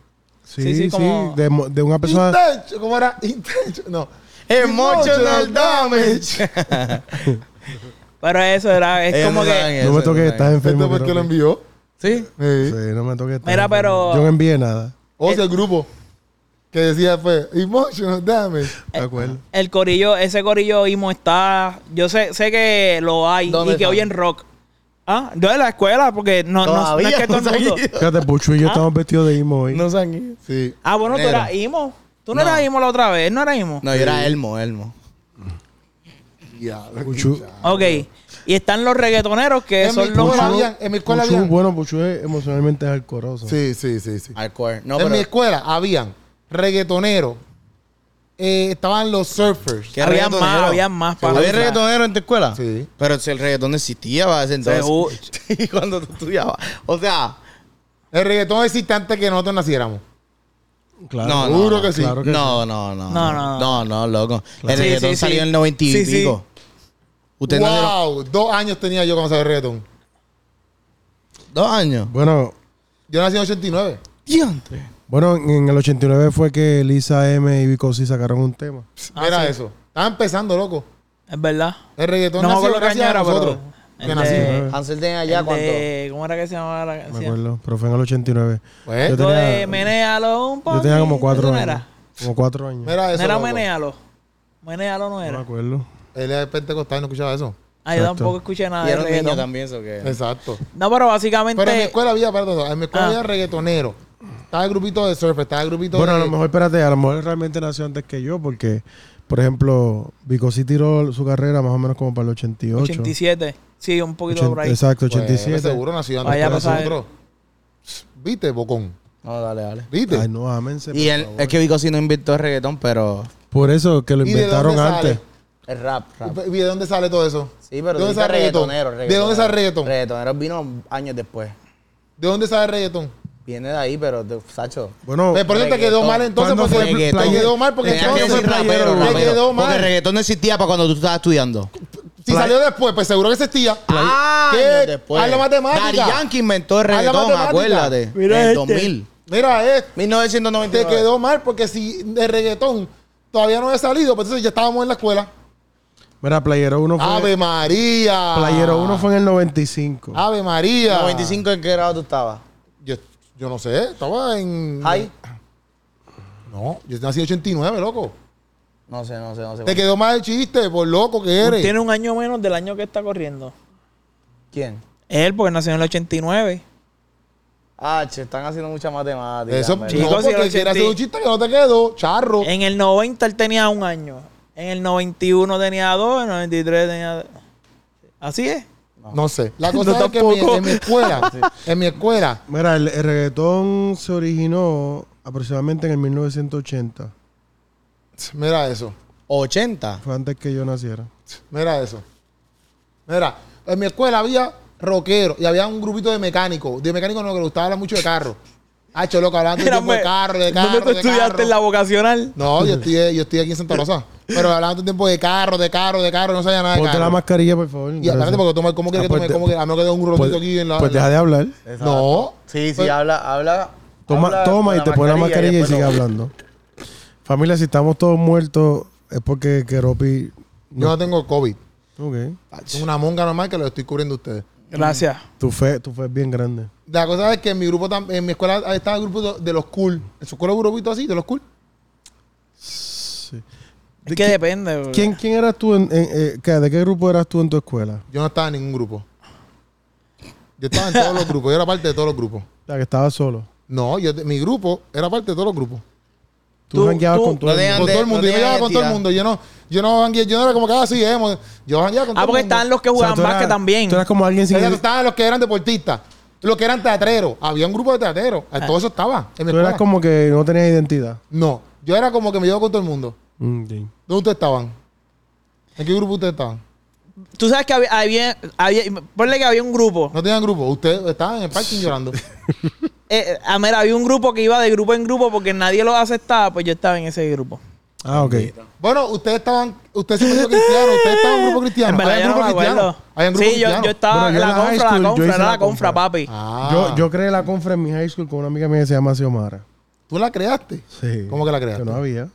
Speaker 3: Sí,
Speaker 2: Sí,
Speaker 3: sí,
Speaker 2: sí, como-
Speaker 3: De, mo- de una persona.
Speaker 1: Intencho, ¿cómo era? <laughs> Intencho, no.
Speaker 4: Emotional damage.
Speaker 2: Pero eso era, es como que.
Speaker 3: No me toques, estás enfermo.
Speaker 1: ¿Esto por qué lo
Speaker 3: creo que-
Speaker 1: envió?
Speaker 4: Sí.
Speaker 1: Sí.
Speaker 3: Sí, no me toques. estás
Speaker 2: Mira,
Speaker 3: enfermo.
Speaker 2: pero-
Speaker 3: Yo no envié nada.
Speaker 1: O
Speaker 2: Eh.
Speaker 1: sea, el grupo que decía fue Emotional Damage.
Speaker 2: Eh,
Speaker 3: De acuerdo.
Speaker 2: El corillo, ese corillo Imo está. Yo sé, sé que lo hay
Speaker 4: ¿Dónde
Speaker 2: y que
Speaker 4: está?
Speaker 2: oyen rock. Ah, yo de la escuela, porque no, no, no es que todo el mundo.
Speaker 3: Fíjate, Puchu y yo estamos vestidos de imo hoy.
Speaker 4: No se han ido.
Speaker 1: Sí.
Speaker 2: Ah, bueno, tú
Speaker 4: Negro.
Speaker 2: eras Imo. Tú no,
Speaker 4: No.
Speaker 2: eras Imo la otra vez, no eras Imo.
Speaker 4: No, yo era Elmo, Elmo.
Speaker 1: Ya,
Speaker 3: Puchu.
Speaker 2: Ok. Y están los reggaetoneros que
Speaker 1: En mi
Speaker 2: son los.
Speaker 1: escuela
Speaker 2: más-
Speaker 1: había, en mi escuela
Speaker 3: Puchu,
Speaker 1: habían.
Speaker 3: bueno, Puchu es emocionalmente alcoroso.
Speaker 1: Sí, sí, sí, sí.
Speaker 4: Hardcore. Ah, No,
Speaker 1: en mi
Speaker 4: pero.
Speaker 1: escuela habían reggaetoneros, eh, estaban los surfers.
Speaker 4: ¿Qué
Speaker 2: Había más,
Speaker 4: reggaetonero?
Speaker 2: había más para
Speaker 4: ¿Había
Speaker 2: usar.
Speaker 4: reggaetonero en tu escuela?
Speaker 1: Sí.
Speaker 4: Pero si el reggaetón no existía para ese entonces. <laughs>
Speaker 2: Seguro.
Speaker 4: Sí, cuando tú estudiabas. O sea,
Speaker 1: El reggaetón existe antes que nosotros naciéramos.
Speaker 3: Claro. Uh.
Speaker 4: No,
Speaker 1: Seguro que sí.
Speaker 3: Claro que
Speaker 4: no, no, no.
Speaker 2: No, no,
Speaker 4: No, no, loco. El
Speaker 2: Sí,
Speaker 4: reggaetón
Speaker 2: sí, sí.
Speaker 4: salió en el 90 y
Speaker 2: Sí, sí.
Speaker 4: pico. Usted no dieron
Speaker 1: wow, dos años tenía yo cuando salió el reggaetón.
Speaker 4: dos años.
Speaker 3: Bueno,
Speaker 1: Yo nací en 89.
Speaker 4: Diantre.
Speaker 3: bueno, en en el 89 fue que Lisa M y Vico sí sacaron un tema.
Speaker 2: Ah,
Speaker 1: era
Speaker 2: sí.
Speaker 1: eso. Estaba empezando, loco.
Speaker 2: Es verdad.
Speaker 1: El reggaetón
Speaker 2: No me
Speaker 1: nació
Speaker 2: acuerdo qué
Speaker 1: gracias
Speaker 2: año
Speaker 1: a
Speaker 2: era,
Speaker 1: nosotros.
Speaker 2: pero-
Speaker 1: que
Speaker 2: el
Speaker 1: nací.
Speaker 2: de-
Speaker 4: Hansel tenía
Speaker 2: El
Speaker 4: allá cuánto.
Speaker 2: de- ¿Cómo era que se llamaba la
Speaker 3: Me
Speaker 2: canción?
Speaker 3: acuerdo, pero fue en el 89.
Speaker 1: Pues,
Speaker 3: Yo
Speaker 2: Esto
Speaker 3: tenía-
Speaker 2: de Menéalo un poco.
Speaker 3: Yo tenía como cuatro
Speaker 2: ¿Eso no
Speaker 3: años.
Speaker 2: era?
Speaker 3: Como cuatro años.
Speaker 1: mira
Speaker 2: No
Speaker 1: eso.
Speaker 2: era
Speaker 1: loco.
Speaker 2: Menéalo. Menéalo no
Speaker 3: No me
Speaker 2: era.
Speaker 3: acuerdo.
Speaker 1: Él era pentecostal y no escuchaba eso.
Speaker 2: Ah, yo
Speaker 3: Exacto.
Speaker 2: tampoco escuché nada
Speaker 4: Y
Speaker 2: de
Speaker 4: era un niño
Speaker 2: reggaetón.
Speaker 4: también, eso que.
Speaker 1: Exacto.
Speaker 2: No, pero básicamente.
Speaker 1: Pero en mi escuela había, perdón, en mi escuela
Speaker 2: Ah.
Speaker 1: había reggaetonero. Estaba el grupito de surf, estaba el grupito
Speaker 3: Bueno, a
Speaker 1: de...
Speaker 3: lo mejor, espérate, a lo mejor realmente nació antes que yo, porque, por ejemplo, Vico sí tiró su carrera más o menos como para el 88.
Speaker 2: 87. Sí, un poquito por
Speaker 3: 80,
Speaker 2: ahí.
Speaker 3: exacto,
Speaker 1: Pues,
Speaker 3: 87.
Speaker 1: seguro nació antes
Speaker 2: Vaya
Speaker 1: que
Speaker 2: a pasar.
Speaker 1: nosotros. ¿Viste, bocón?
Speaker 4: No, dale, dale.
Speaker 1: ¿Viste?
Speaker 3: Ay, no, ámense.
Speaker 4: Y
Speaker 3: por
Speaker 4: él,
Speaker 3: favor.
Speaker 4: es que Vico sí no inventó el reggaetón, pero.
Speaker 3: Por eso que lo
Speaker 1: ¿Y de
Speaker 3: inventaron
Speaker 1: dónde sale?
Speaker 3: antes.
Speaker 4: El rap, rap.
Speaker 1: ¿Y de dónde sale todo eso?
Speaker 4: Sí, pero
Speaker 1: ¿De dónde
Speaker 4: dijiste
Speaker 1: sale el reggaetón?
Speaker 4: reggaetonero,
Speaker 1: ¿De dónde sale el reggaetón?
Speaker 4: Reggaetonero vino años después.
Speaker 1: ¿De dónde sale el reggaetón?
Speaker 4: Viene de ahí, pero, de- Sacho.
Speaker 3: Bueno,
Speaker 1: Eh, por eso te quedó
Speaker 4: reggaetón.
Speaker 1: mal entonces
Speaker 3: ¿Cuándo
Speaker 1: porque
Speaker 3: fue el
Speaker 1: te
Speaker 3: reggaetón?
Speaker 1: quedó mal porque
Speaker 4: Tenía que
Speaker 1: entonces
Speaker 4: decir rapero,
Speaker 1: te
Speaker 4: rapero,
Speaker 1: quedó
Speaker 4: Porque el
Speaker 1: mal.
Speaker 4: reggaetón no existía para cuando tú estabas estudiando.
Speaker 1: Si
Speaker 3: Play-
Speaker 1: salió después, pues seguro que existía.
Speaker 4: Ah,
Speaker 1: ¿Qué? Haz la matemática.
Speaker 4: Daddy Yankee inventó el
Speaker 1: Haz la
Speaker 4: reggaetón,
Speaker 1: matemática.
Speaker 4: acuérdate.
Speaker 2: Mira
Speaker 4: en
Speaker 2: este.
Speaker 4: 2000.
Speaker 1: Mira, eh, te
Speaker 4: 1999.
Speaker 1: quedó mal porque si el reggaetón todavía no había salido, pues entonces ya estábamos en la escuela.
Speaker 3: Mira, Playero 1 fue,
Speaker 1: Ave Ah. María.
Speaker 3: Playero 1 fue en el 95.
Speaker 1: Ave María.
Speaker 4: 95 en qué grado tú estabas.
Speaker 1: Yo, yo no sé, estaba en.
Speaker 4: High.
Speaker 1: No, yo nací en 89, loco.
Speaker 4: No sé, no sé, no sé.
Speaker 1: Te quedó mal el chiste, por loco que eres.
Speaker 2: Tiene un año menos del año que está corriendo.
Speaker 4: ¿Quién?
Speaker 2: Él, porque nació en el 89.
Speaker 4: Ah, che, están haciendo mucha matemática.
Speaker 1: Eso,
Speaker 4: en verdad.
Speaker 2: Chicos,
Speaker 1: no,
Speaker 2: si
Speaker 1: porque
Speaker 2: lo
Speaker 1: quieres hacer
Speaker 2: sentí.
Speaker 1: un chiste que no te quedó, charro.
Speaker 2: En el 90 él tenía un año. En el 91 tenía dos. En el 93 tenía. Así es.
Speaker 1: No sé.
Speaker 2: <laughs>
Speaker 1: La cosa
Speaker 2: No,
Speaker 1: es que en mi,
Speaker 2: tampoco.
Speaker 1: en mi
Speaker 2: <laughs>
Speaker 1: escuela, en mi escuela,
Speaker 3: Mira, el, el reggaetón se originó aproximadamente en el 1980.
Speaker 1: mira eso,
Speaker 4: 80.
Speaker 3: Fue antes que yo naciera.
Speaker 1: mira eso. Mira, en mi escuela había rockero y había un grupito de mecánicos. De mecánicos no, que les gustaba hablar mucho de carro. Hacho, loco, hablaban todo el
Speaker 2: Mira,
Speaker 1: tiempo de
Speaker 2: me-
Speaker 1: carro, de carro,
Speaker 2: ¿Dónde tú
Speaker 1: de
Speaker 2: estudiaste
Speaker 1: carro.
Speaker 2: en la vocacional?
Speaker 1: No, yo estoy, yo estoy aquí en Santa Rosa. Pero hablaban todo el tiempo de carro, de carro, de carro, no sabía nada de
Speaker 3: Ponte
Speaker 1: carro.
Speaker 3: la mascarilla, por favor.
Speaker 1: Ah, y aparte, porque toma, ¿cómo quieres
Speaker 3: Ah,
Speaker 1: que
Speaker 3: pues
Speaker 1: tome?
Speaker 3: de-
Speaker 1: ¿Cómo quieres? A menos que tenga un
Speaker 3: pues,
Speaker 1: rotito aquí en la.
Speaker 3: pues
Speaker 1: en la-
Speaker 3: deja de hablar.
Speaker 1: No.
Speaker 4: Sí, sí,
Speaker 1: Pues-
Speaker 4: habla, habla.
Speaker 3: Toma,
Speaker 4: habla
Speaker 3: toma y
Speaker 4: con
Speaker 3: te pone la mascarilla y,
Speaker 4: después
Speaker 3: sigue
Speaker 4: lo-
Speaker 3: hablando. Familia, si estamos todos muertos, es porque Keropi.
Speaker 1: Yo no tengo COVID.
Speaker 3: Ok.
Speaker 1: Es una monga nomás que lo estoy cubriendo a ustedes.
Speaker 2: Gracias.
Speaker 3: Tu fe, tu fe es bien grande.
Speaker 1: La cosa es que en mi grupo, tam- en mi escuela estaba el grupo de, de los cool. ¿En su escuela hubo un grupito así, de los cool?
Speaker 3: Sí.
Speaker 2: Es
Speaker 3: ¿De
Speaker 2: que
Speaker 3: qui-
Speaker 2: depende. porque-
Speaker 3: ¿Quién, quién eras tú? En, en- eh, qué, ¿De qué grupo eras tú en tu escuela?
Speaker 1: Yo no estaba en ningún grupo. Yo estaba en todos los grupos. Yo era parte de todos los grupos.
Speaker 3: La que estabas solo.
Speaker 1: No, yo, mi grupo era parte de todos los grupos.
Speaker 3: Tú,
Speaker 2: Tú-
Speaker 3: jangueabas
Speaker 2: tú-
Speaker 3: con todo
Speaker 4: no
Speaker 3: el
Speaker 4: dejan-
Speaker 3: mundo.
Speaker 1: Con
Speaker 4: de-
Speaker 1: todo el mundo.
Speaker 4: no
Speaker 1: yo me llevaba
Speaker 4: tenía
Speaker 1: con todo el
Speaker 4: identidad.
Speaker 1: mundo. Yo no, yo no, jangueé- yo no era como que así, hemos. Yo jangueaba con todo
Speaker 2: Ah, porque
Speaker 1: el mundo.
Speaker 2: estaban los que
Speaker 3: O sea,
Speaker 2: jugaban
Speaker 3: tú eras-
Speaker 2: básquet también.
Speaker 3: Tú eras como alguien sin.
Speaker 1: Exacto, Estaban los que eran deportistas. Los que eran teatreros. Había un grupo de teatreros.
Speaker 2: Ah.
Speaker 1: Todo eso estaba. En mi
Speaker 3: Tú eras
Speaker 1: escuela.
Speaker 3: como que no tenías identidad.
Speaker 1: No, yo era como que me llevaba con todo el mundo.
Speaker 3: Mm, sí.
Speaker 1: ¿Dónde ustedes estaban? ¿En qué grupo ustedes estaban?
Speaker 2: Tú sabes que había, había, había- Ponle que había un grupo.
Speaker 1: No tenían grupo. Ustedes estaban en el parking
Speaker 2: <laughs>
Speaker 1: llorando.
Speaker 2: Eh, ah, mira, había un grupo que iba de grupo en grupo porque nadie los aceptaba, pues yo estaba en ese grupo.
Speaker 3: Ah, ok.
Speaker 1: Bueno, ustedes estaban, ustedes se metieron cristiano, ustedes estaban en un grupo cristiano.
Speaker 2: En verdad,
Speaker 1: Había un
Speaker 2: yo no me
Speaker 1: grupo cristiano.
Speaker 2: acuerdo.
Speaker 1: Había un grupo
Speaker 2: Sí, yo,
Speaker 1: cristiano.
Speaker 2: yo estaba
Speaker 3: Bueno, yo en
Speaker 2: la
Speaker 3: la high
Speaker 2: confra,
Speaker 3: school,
Speaker 2: la
Speaker 3: yo
Speaker 2: confra,
Speaker 3: hice
Speaker 2: era
Speaker 3: la
Speaker 2: la confra, papi.
Speaker 1: Ah,
Speaker 3: Yo, yo creé la confra en mi high school con una amiga mía que se llama Xiomara.
Speaker 1: ¿Tú la creaste?
Speaker 3: Sí.
Speaker 1: ¿Cómo que la creaste?
Speaker 3: Que no había.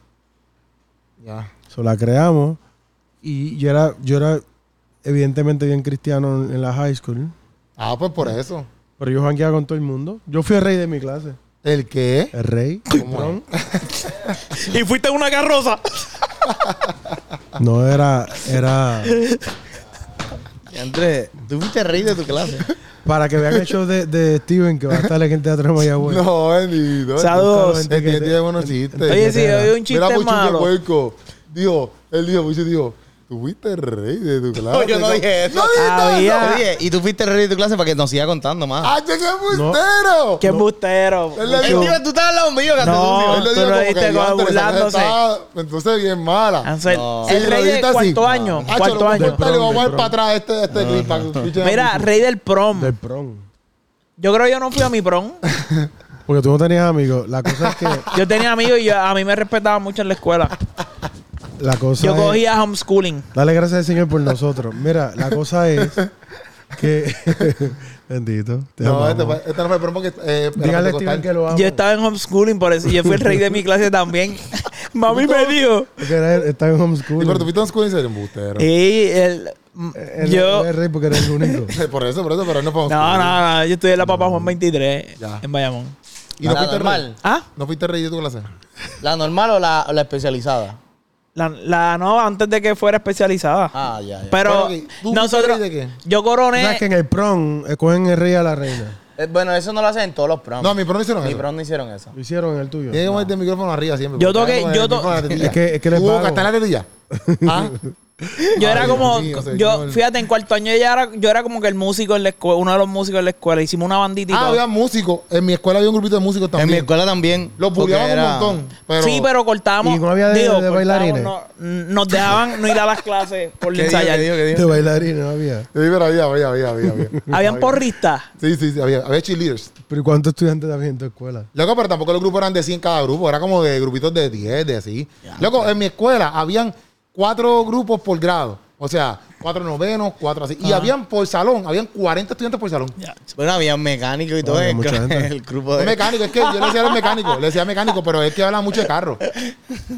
Speaker 1: Ya.
Speaker 3: So, la creamos y yo era, yo era evidentemente bien cristiano en, en la high school.
Speaker 1: Ah, pues por eso.
Speaker 3: Pero yo jangueaba con todo el mundo. Yo fui el rey de mi clase.
Speaker 1: ¿El qué?
Speaker 3: El rey.
Speaker 1: ¿Cómo?
Speaker 2: <laughs> Y fuiste en
Speaker 1: <laughs>
Speaker 2: una carroza.
Speaker 3: No era, era...
Speaker 4: Andrés, tú fuiste rey de tu <laughs> clase.
Speaker 3: Para que vean el show de, de Steven que va a estar aquí en Teatro de Mayagüez.
Speaker 1: No, bendito.
Speaker 2: Pues, Saludos.
Speaker 1: El que tiene buenos chistes.
Speaker 2: Oye, sí,
Speaker 3: era.
Speaker 2: oí un
Speaker 1: Mira,
Speaker 2: chiste
Speaker 1: Puchu, qué
Speaker 2: malo.
Speaker 1: puerco. Dijo, él dijo, Puchu dijo, tú fuiste rey de
Speaker 2: <laughs>
Speaker 1: tu clase.
Speaker 4: yo no dije eso.
Speaker 1: ¡No dijiste eso!
Speaker 2: Había-
Speaker 4: Oye, y tú fuiste rey de tu clase para que nos siga contando más.
Speaker 1: ¡Ah, che, qué embustero!
Speaker 2: Qué embustero.
Speaker 1: Él le
Speaker 4: Ey,
Speaker 1: dijo-
Speaker 2: Puchu.
Speaker 4: tío, tú estás al lado mío, gato
Speaker 2: No.
Speaker 4: sucio.
Speaker 1: Él le
Speaker 2: tú
Speaker 1: dijo
Speaker 2: lo
Speaker 1: como
Speaker 2: dijiste
Speaker 1: que,
Speaker 2: como
Speaker 1: "Diantre, esa gente
Speaker 2: burlándose".
Speaker 1: estaba- Entonces, bien mala.
Speaker 2: Hansel,
Speaker 4: No.
Speaker 1: Sí,
Speaker 2: el rey
Speaker 1: lo
Speaker 2: de
Speaker 1: dijiste así.
Speaker 2: cuarto año.
Speaker 1: Ah,
Speaker 2: Cuarto
Speaker 1: chale,
Speaker 2: año.
Speaker 1: corta, le vamos a
Speaker 3: Del
Speaker 1: dar
Speaker 3: prom,
Speaker 1: para atrás este, este clip. para que escuchen a
Speaker 2: Mira,
Speaker 1: Puchu.
Speaker 2: rey del prom.
Speaker 3: Del prom.
Speaker 2: Yo creo que yo no fui a mi prom.
Speaker 3: Porque tú no tenías amigos. La cosa es que...
Speaker 2: Yo tenía amigos y yo- a mí me respetaban mucho en la escuela.
Speaker 3: La cosa
Speaker 2: Yo
Speaker 3: es-
Speaker 2: cogía homeschooling.
Speaker 3: Dale gracias al Señor por nosotros. Mira, la cosa es
Speaker 1: <laughs>
Speaker 3: que... Bendito. te
Speaker 1: No,
Speaker 3: amamos.
Speaker 1: este, fue- este no fue el promo que... Eh, era
Speaker 3: Dígale a
Speaker 1: pentecostal.
Speaker 3: Steven que lo amo.
Speaker 2: Yo estaba en homeschooling, por eso yo fui el rey de mi clase también. <laughs> Mami me dijo.
Speaker 3: Porque era, está en
Speaker 1: Sí,
Speaker 3: homeschool.
Speaker 1: pero tú fuiste a un school y serio, embustero.
Speaker 2: Y el,
Speaker 3: Él-
Speaker 2: yo.
Speaker 3: él es rey porque eres el
Speaker 1: <laughs>
Speaker 3: único.
Speaker 1: Por eso, por eso, pero no fue a un
Speaker 2: No,
Speaker 1: school.
Speaker 2: no, no. Yo estudié en la Papa Juan 23
Speaker 1: Ya.
Speaker 2: en Bayamón.
Speaker 1: ¿Y no
Speaker 4: La
Speaker 1: fuiste rey?
Speaker 4: normal.
Speaker 2: Ah,
Speaker 1: ¿No fuiste rey de tu clase?
Speaker 4: ¿La normal o la, o la especializada?
Speaker 2: la, la no, antes de que fuera especializada.
Speaker 4: Ah, ya, ya.
Speaker 2: Pero
Speaker 1: Pero, ¿tú
Speaker 2: nosotros.
Speaker 1: fuiste rey de
Speaker 2: Yo
Speaker 3: O sea, que
Speaker 2: coroné.
Speaker 3: en el prom escogen el rey a la reina.
Speaker 4: Eh, bueno, eso no lo hacen en todos los proms.
Speaker 1: No, a mi promo hicieron
Speaker 4: Mi
Speaker 1: eso.
Speaker 4: prom no hicieron eso.
Speaker 3: Lo hicieron en el tuyo.
Speaker 1: Tiene que ponerte el micrófono arriba siempre.
Speaker 2: Yo
Speaker 1: porque
Speaker 2: toqué-
Speaker 1: está con
Speaker 2: yo
Speaker 1: el
Speaker 2: to-
Speaker 1: micrófono en la tetilla.
Speaker 3: Es que- es que les
Speaker 1: Hugo,
Speaker 3: pago.
Speaker 1: que está en la
Speaker 4: <laughs>
Speaker 1: tetilla. Ah,
Speaker 2: Yo era
Speaker 1: Ay,
Speaker 2: como.
Speaker 1: Dios mío, señor.
Speaker 2: yo, fíjate, en cuarto año ella era, yo era como que el músico en la escuela, uno de los músicos en la escuela. Hicimos una bandita y
Speaker 1: Ah,
Speaker 2: todo.
Speaker 1: había músicos. En mi escuela había un grupito de músicos
Speaker 4: En mi
Speaker 1: también.
Speaker 4: escuela también.
Speaker 1: Los
Speaker 4: porque
Speaker 1: bulleaban un
Speaker 4: era-
Speaker 1: montón.
Speaker 2: sí, pero cortábamos.
Speaker 3: ¿Y no había de- de
Speaker 2: cortábamos,
Speaker 3: bailarines?
Speaker 2: no- nos dejaban no ir a las clases por
Speaker 4: ¿Qué digo,
Speaker 2: ensayar.
Speaker 4: qué digo, qué digo?
Speaker 3: De bailarín, no había.
Speaker 1: Sí, pero había, había, había, había. había. <laughs>
Speaker 2: Habían porristas.
Speaker 1: Sí, sí, sí, había, había cheerleaders.
Speaker 3: Pero ¿y ¿cuántos estudiantes había en tu escuela?
Speaker 1: Loco, pero tampoco los grupos eran de 100 cada grupo, era como de grupitos de 10, de así. Loco, en mi escuela habían cuatro grupos por grado, o sea, cuatro novenos, cuatro así. Y habían por salón, habían 40 estudiantes por salón.
Speaker 4: Bueno, había mecánicos y todo
Speaker 3: Había
Speaker 4: el,
Speaker 3: mucha
Speaker 4: <laughs>
Speaker 3: gente.
Speaker 4: el grupo
Speaker 1: No
Speaker 4: de.
Speaker 1: es mecánico, es que yo le decía al mecánico, le decía mecánico, pero es que habla mucho de carro.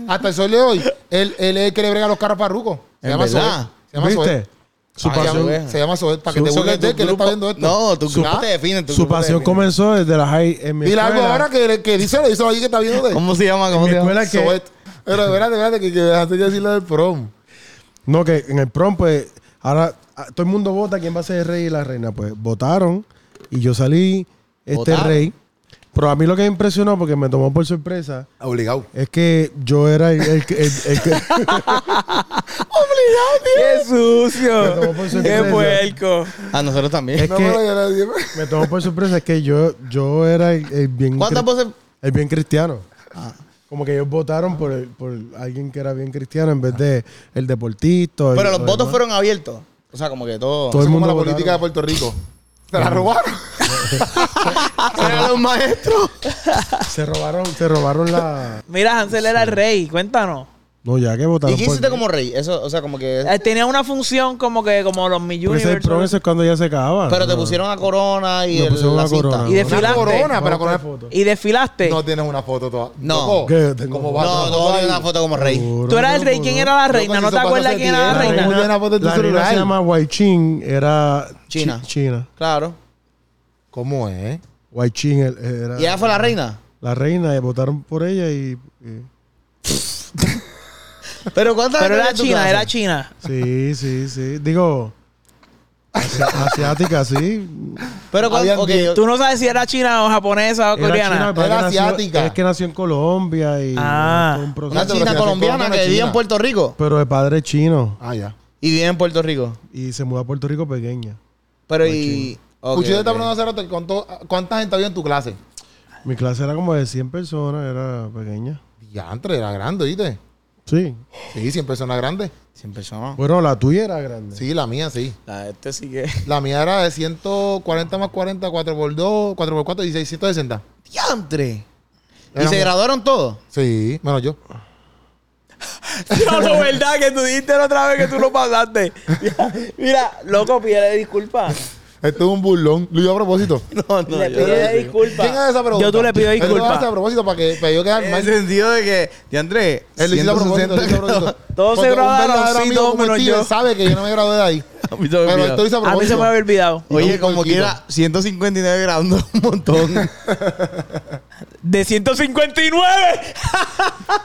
Speaker 1: Hasta el sol de hoy, él, él es el que le brega los carros para Ruco. Se
Speaker 4: ¿En
Speaker 1: llama Soed.
Speaker 4: verdad?
Speaker 1: Se llama Soed.
Speaker 3: ¿Viste? Su
Speaker 1: Ah, se
Speaker 3: pasión,
Speaker 1: llama- se llama Soed, para que
Speaker 4: Su-
Speaker 1: te
Speaker 4: su-
Speaker 1: burles de él,
Speaker 4: tu
Speaker 1: que él está
Speaker 4: grupo-
Speaker 1: viendo esto.
Speaker 4: No, tu grupo
Speaker 1: Nah.
Speaker 4: te define. tu
Speaker 3: su
Speaker 4: grupo te
Speaker 3: pasión
Speaker 4: define.
Speaker 3: comenzó desde la high en mi
Speaker 1: Dile algo
Speaker 3: escuela.
Speaker 1: ahora que, que dice, le hizo ahí que está viendo de él.
Speaker 4: ¿Cómo se llama? ¿Cómo
Speaker 3: Mi
Speaker 4: se llama?
Speaker 3: escuela que-
Speaker 1: Soed. Pero espérate, espérate, que, que dejaste de decirle del prom.
Speaker 3: No, que en el prom, pues, ahora ah, todo el mundo vota quién va a ser el rey y la reina. Pues votaron y yo salí este
Speaker 4: ¿Votaron?
Speaker 3: rey. Pero a mí lo que me impresionó, porque me tomó por sorpresa,
Speaker 1: Obligado.
Speaker 3: es que yo era el, el que- el-
Speaker 1: <laughs>
Speaker 3: el que...
Speaker 2: ¡Qué
Speaker 3: Me tomó
Speaker 2: sucio!
Speaker 3: por sorpresa.
Speaker 2: ¡Qué puerco!
Speaker 4: A Ah, nosotros también.
Speaker 3: Es
Speaker 1: No,
Speaker 3: que-
Speaker 1: pero yo le dije-
Speaker 3: me tomó por sorpresa, es que yo, yo era el, el bien...
Speaker 4: ¿Cuántas
Speaker 3: cri-
Speaker 4: voces? Ah.
Speaker 3: El bien cristiano. Como que ellos votaron por, el- por alguien que era bien cristiano en vez de el deportista. el-
Speaker 4: Pero los
Speaker 3: lo
Speaker 4: votos
Speaker 3: demás.
Speaker 4: fueron abiertos. O sea, como que todo.
Speaker 3: Todo
Speaker 1: Eso
Speaker 3: el
Speaker 1: es como
Speaker 3: mundo
Speaker 1: la
Speaker 3: votaron.
Speaker 1: política de Puerto Rico. Se la robaron.
Speaker 4: Ah, Eran los maestros.
Speaker 3: Se robaron, se robaron la...
Speaker 2: Mira, Hansel era el rey, cuéntanos.
Speaker 3: No, ya que votaron
Speaker 4: ¿Y qué
Speaker 3: por
Speaker 1: pues.
Speaker 4: hiciste
Speaker 3: mí.
Speaker 4: como rey? Eso, o sea, como que.
Speaker 2: Eh, Tenía una función como que como los Mi
Speaker 3: Porque ese
Speaker 2: Universe,
Speaker 3: prom, eso es cuando ya se acaba.
Speaker 4: Pero te
Speaker 3: No.
Speaker 4: pusieron a corona y
Speaker 3: Me
Speaker 4: el,
Speaker 3: pusieron
Speaker 4: la
Speaker 3: a
Speaker 4: cinta.
Speaker 3: corona.
Speaker 2: Y
Speaker 3: de
Speaker 1: Una
Speaker 2: desfilaste.
Speaker 1: corona, pero con
Speaker 2: Y desfilaste.
Speaker 1: No tienes una foto toda.
Speaker 4: No.
Speaker 1: Loco,
Speaker 3: ¿Qué? Tengo
Speaker 1: ¿cómo
Speaker 3: foto.
Speaker 1: va?
Speaker 4: No,
Speaker 1: ¿Cómo
Speaker 4: no
Speaker 1: va?
Speaker 4: hay una foto como rey.
Speaker 1: Uh.
Speaker 2: Tú eras el rey. ¿Quién era la reina?
Speaker 1: Loco,
Speaker 2: ¿No
Speaker 1: si
Speaker 2: te
Speaker 1: eso
Speaker 2: acuerdas
Speaker 1: pasó
Speaker 2: quién
Speaker 1: hace
Speaker 2: era la
Speaker 1: tiempo.
Speaker 2: reina?
Speaker 1: Tengo una foto en tu
Speaker 3: La reina
Speaker 1: celular.
Speaker 3: se llama Waiching, era
Speaker 4: China.
Speaker 3: chi- China.
Speaker 4: Claro.
Speaker 1: ¿Cómo es?
Speaker 3: Waiching el- era
Speaker 4: ¿Y ella fue la reina?
Speaker 3: la reina, y votaron por ella y, y-
Speaker 4: Pero ¿cuántas
Speaker 2: Pero
Speaker 4: veces
Speaker 2: era
Speaker 4: en tu
Speaker 2: china,
Speaker 4: clase?
Speaker 2: era china.
Speaker 3: sí, sí, sí. Digo asi- asiática, sí.
Speaker 4: Pero
Speaker 1: Habían
Speaker 4: cuántas. ok,
Speaker 1: diez.
Speaker 4: yo-
Speaker 2: Tú no sabes si era china o japonesa o
Speaker 3: Era china,
Speaker 2: coreana.
Speaker 3: pero
Speaker 1: Era
Speaker 3: que nació-
Speaker 1: asiática.
Speaker 3: es que nació en Colombia y
Speaker 2: Ah.
Speaker 3: fue un proceso.
Speaker 4: Una
Speaker 1: Espérate, pero si
Speaker 4: china
Speaker 1: hace
Speaker 4: colombiana
Speaker 1: corona,
Speaker 4: que vivía
Speaker 1: china.
Speaker 4: en Puerto Rico
Speaker 3: Pero de padre chino
Speaker 1: Ah, ya.
Speaker 4: y vive en Puerto Rico.
Speaker 3: y se mudó a Puerto Rico pequeña.
Speaker 4: Pero y. ok,
Speaker 1: Cuchillo está
Speaker 4: ok.
Speaker 1: hablando hace rato que contó cuánta gente había en tu clase.
Speaker 3: Mi clase era como de 100 personas, era pequeña.
Speaker 1: Diantre, era grande, ¿oíste?
Speaker 3: Sí.
Speaker 1: Sí, 100 personas grandes.
Speaker 4: 100 personas.
Speaker 3: Bueno, la tuya era grande.
Speaker 1: Sí, la mía, sí.
Speaker 2: Ah,
Speaker 4: La este sí que.
Speaker 1: La mía era de 140 más 40, 4x2, 4x4, 16, 160.
Speaker 4: ¡Diantre! ¿Y
Speaker 1: Éramos-
Speaker 4: se graduaron todos?
Speaker 1: Sí, menos yo.
Speaker 2: <laughs> No, la verdad que tú dijiste la otra vez que tú lo pasaste. Mira, <laughs> mira, loco, pídele disculpas.
Speaker 1: Esto es un burlón. Lo hizo a
Speaker 2: <laughs>
Speaker 1: propósito.
Speaker 4: No, no,
Speaker 2: Le
Speaker 4: yo no
Speaker 2: pide
Speaker 4: sé.
Speaker 2: disculpas.
Speaker 1: ¿Quién hace esa pregunta?
Speaker 2: Yo tú le pido
Speaker 1: Él lo hace a
Speaker 2: disculpas.
Speaker 1: propósito para, que, para yo quedar
Speaker 4: En
Speaker 1: mal.
Speaker 4: el sentido de que, de Andrés,
Speaker 1: Él lo hizo a propósito. lo hizo a
Speaker 4: 160
Speaker 1: propósito.
Speaker 2: <laughs> Todos se
Speaker 1: Porque un
Speaker 2: graduaron,
Speaker 1: verdadero
Speaker 2: sí,
Speaker 1: amigo
Speaker 2: todos
Speaker 1: como
Speaker 2: menos
Speaker 1: Steven
Speaker 2: yo.
Speaker 1: sabe que yo no me gradué de ahí.
Speaker 4: <laughs> A mí se me
Speaker 1: Pero
Speaker 4: olvidó.
Speaker 1: esto lo hizo a
Speaker 2: A mí se
Speaker 1: propósito.
Speaker 2: me había olvidado.
Speaker 4: Oye,
Speaker 1: Yo un
Speaker 4: como quiera, 159 grabando un <laughs> montón.
Speaker 2: De 159.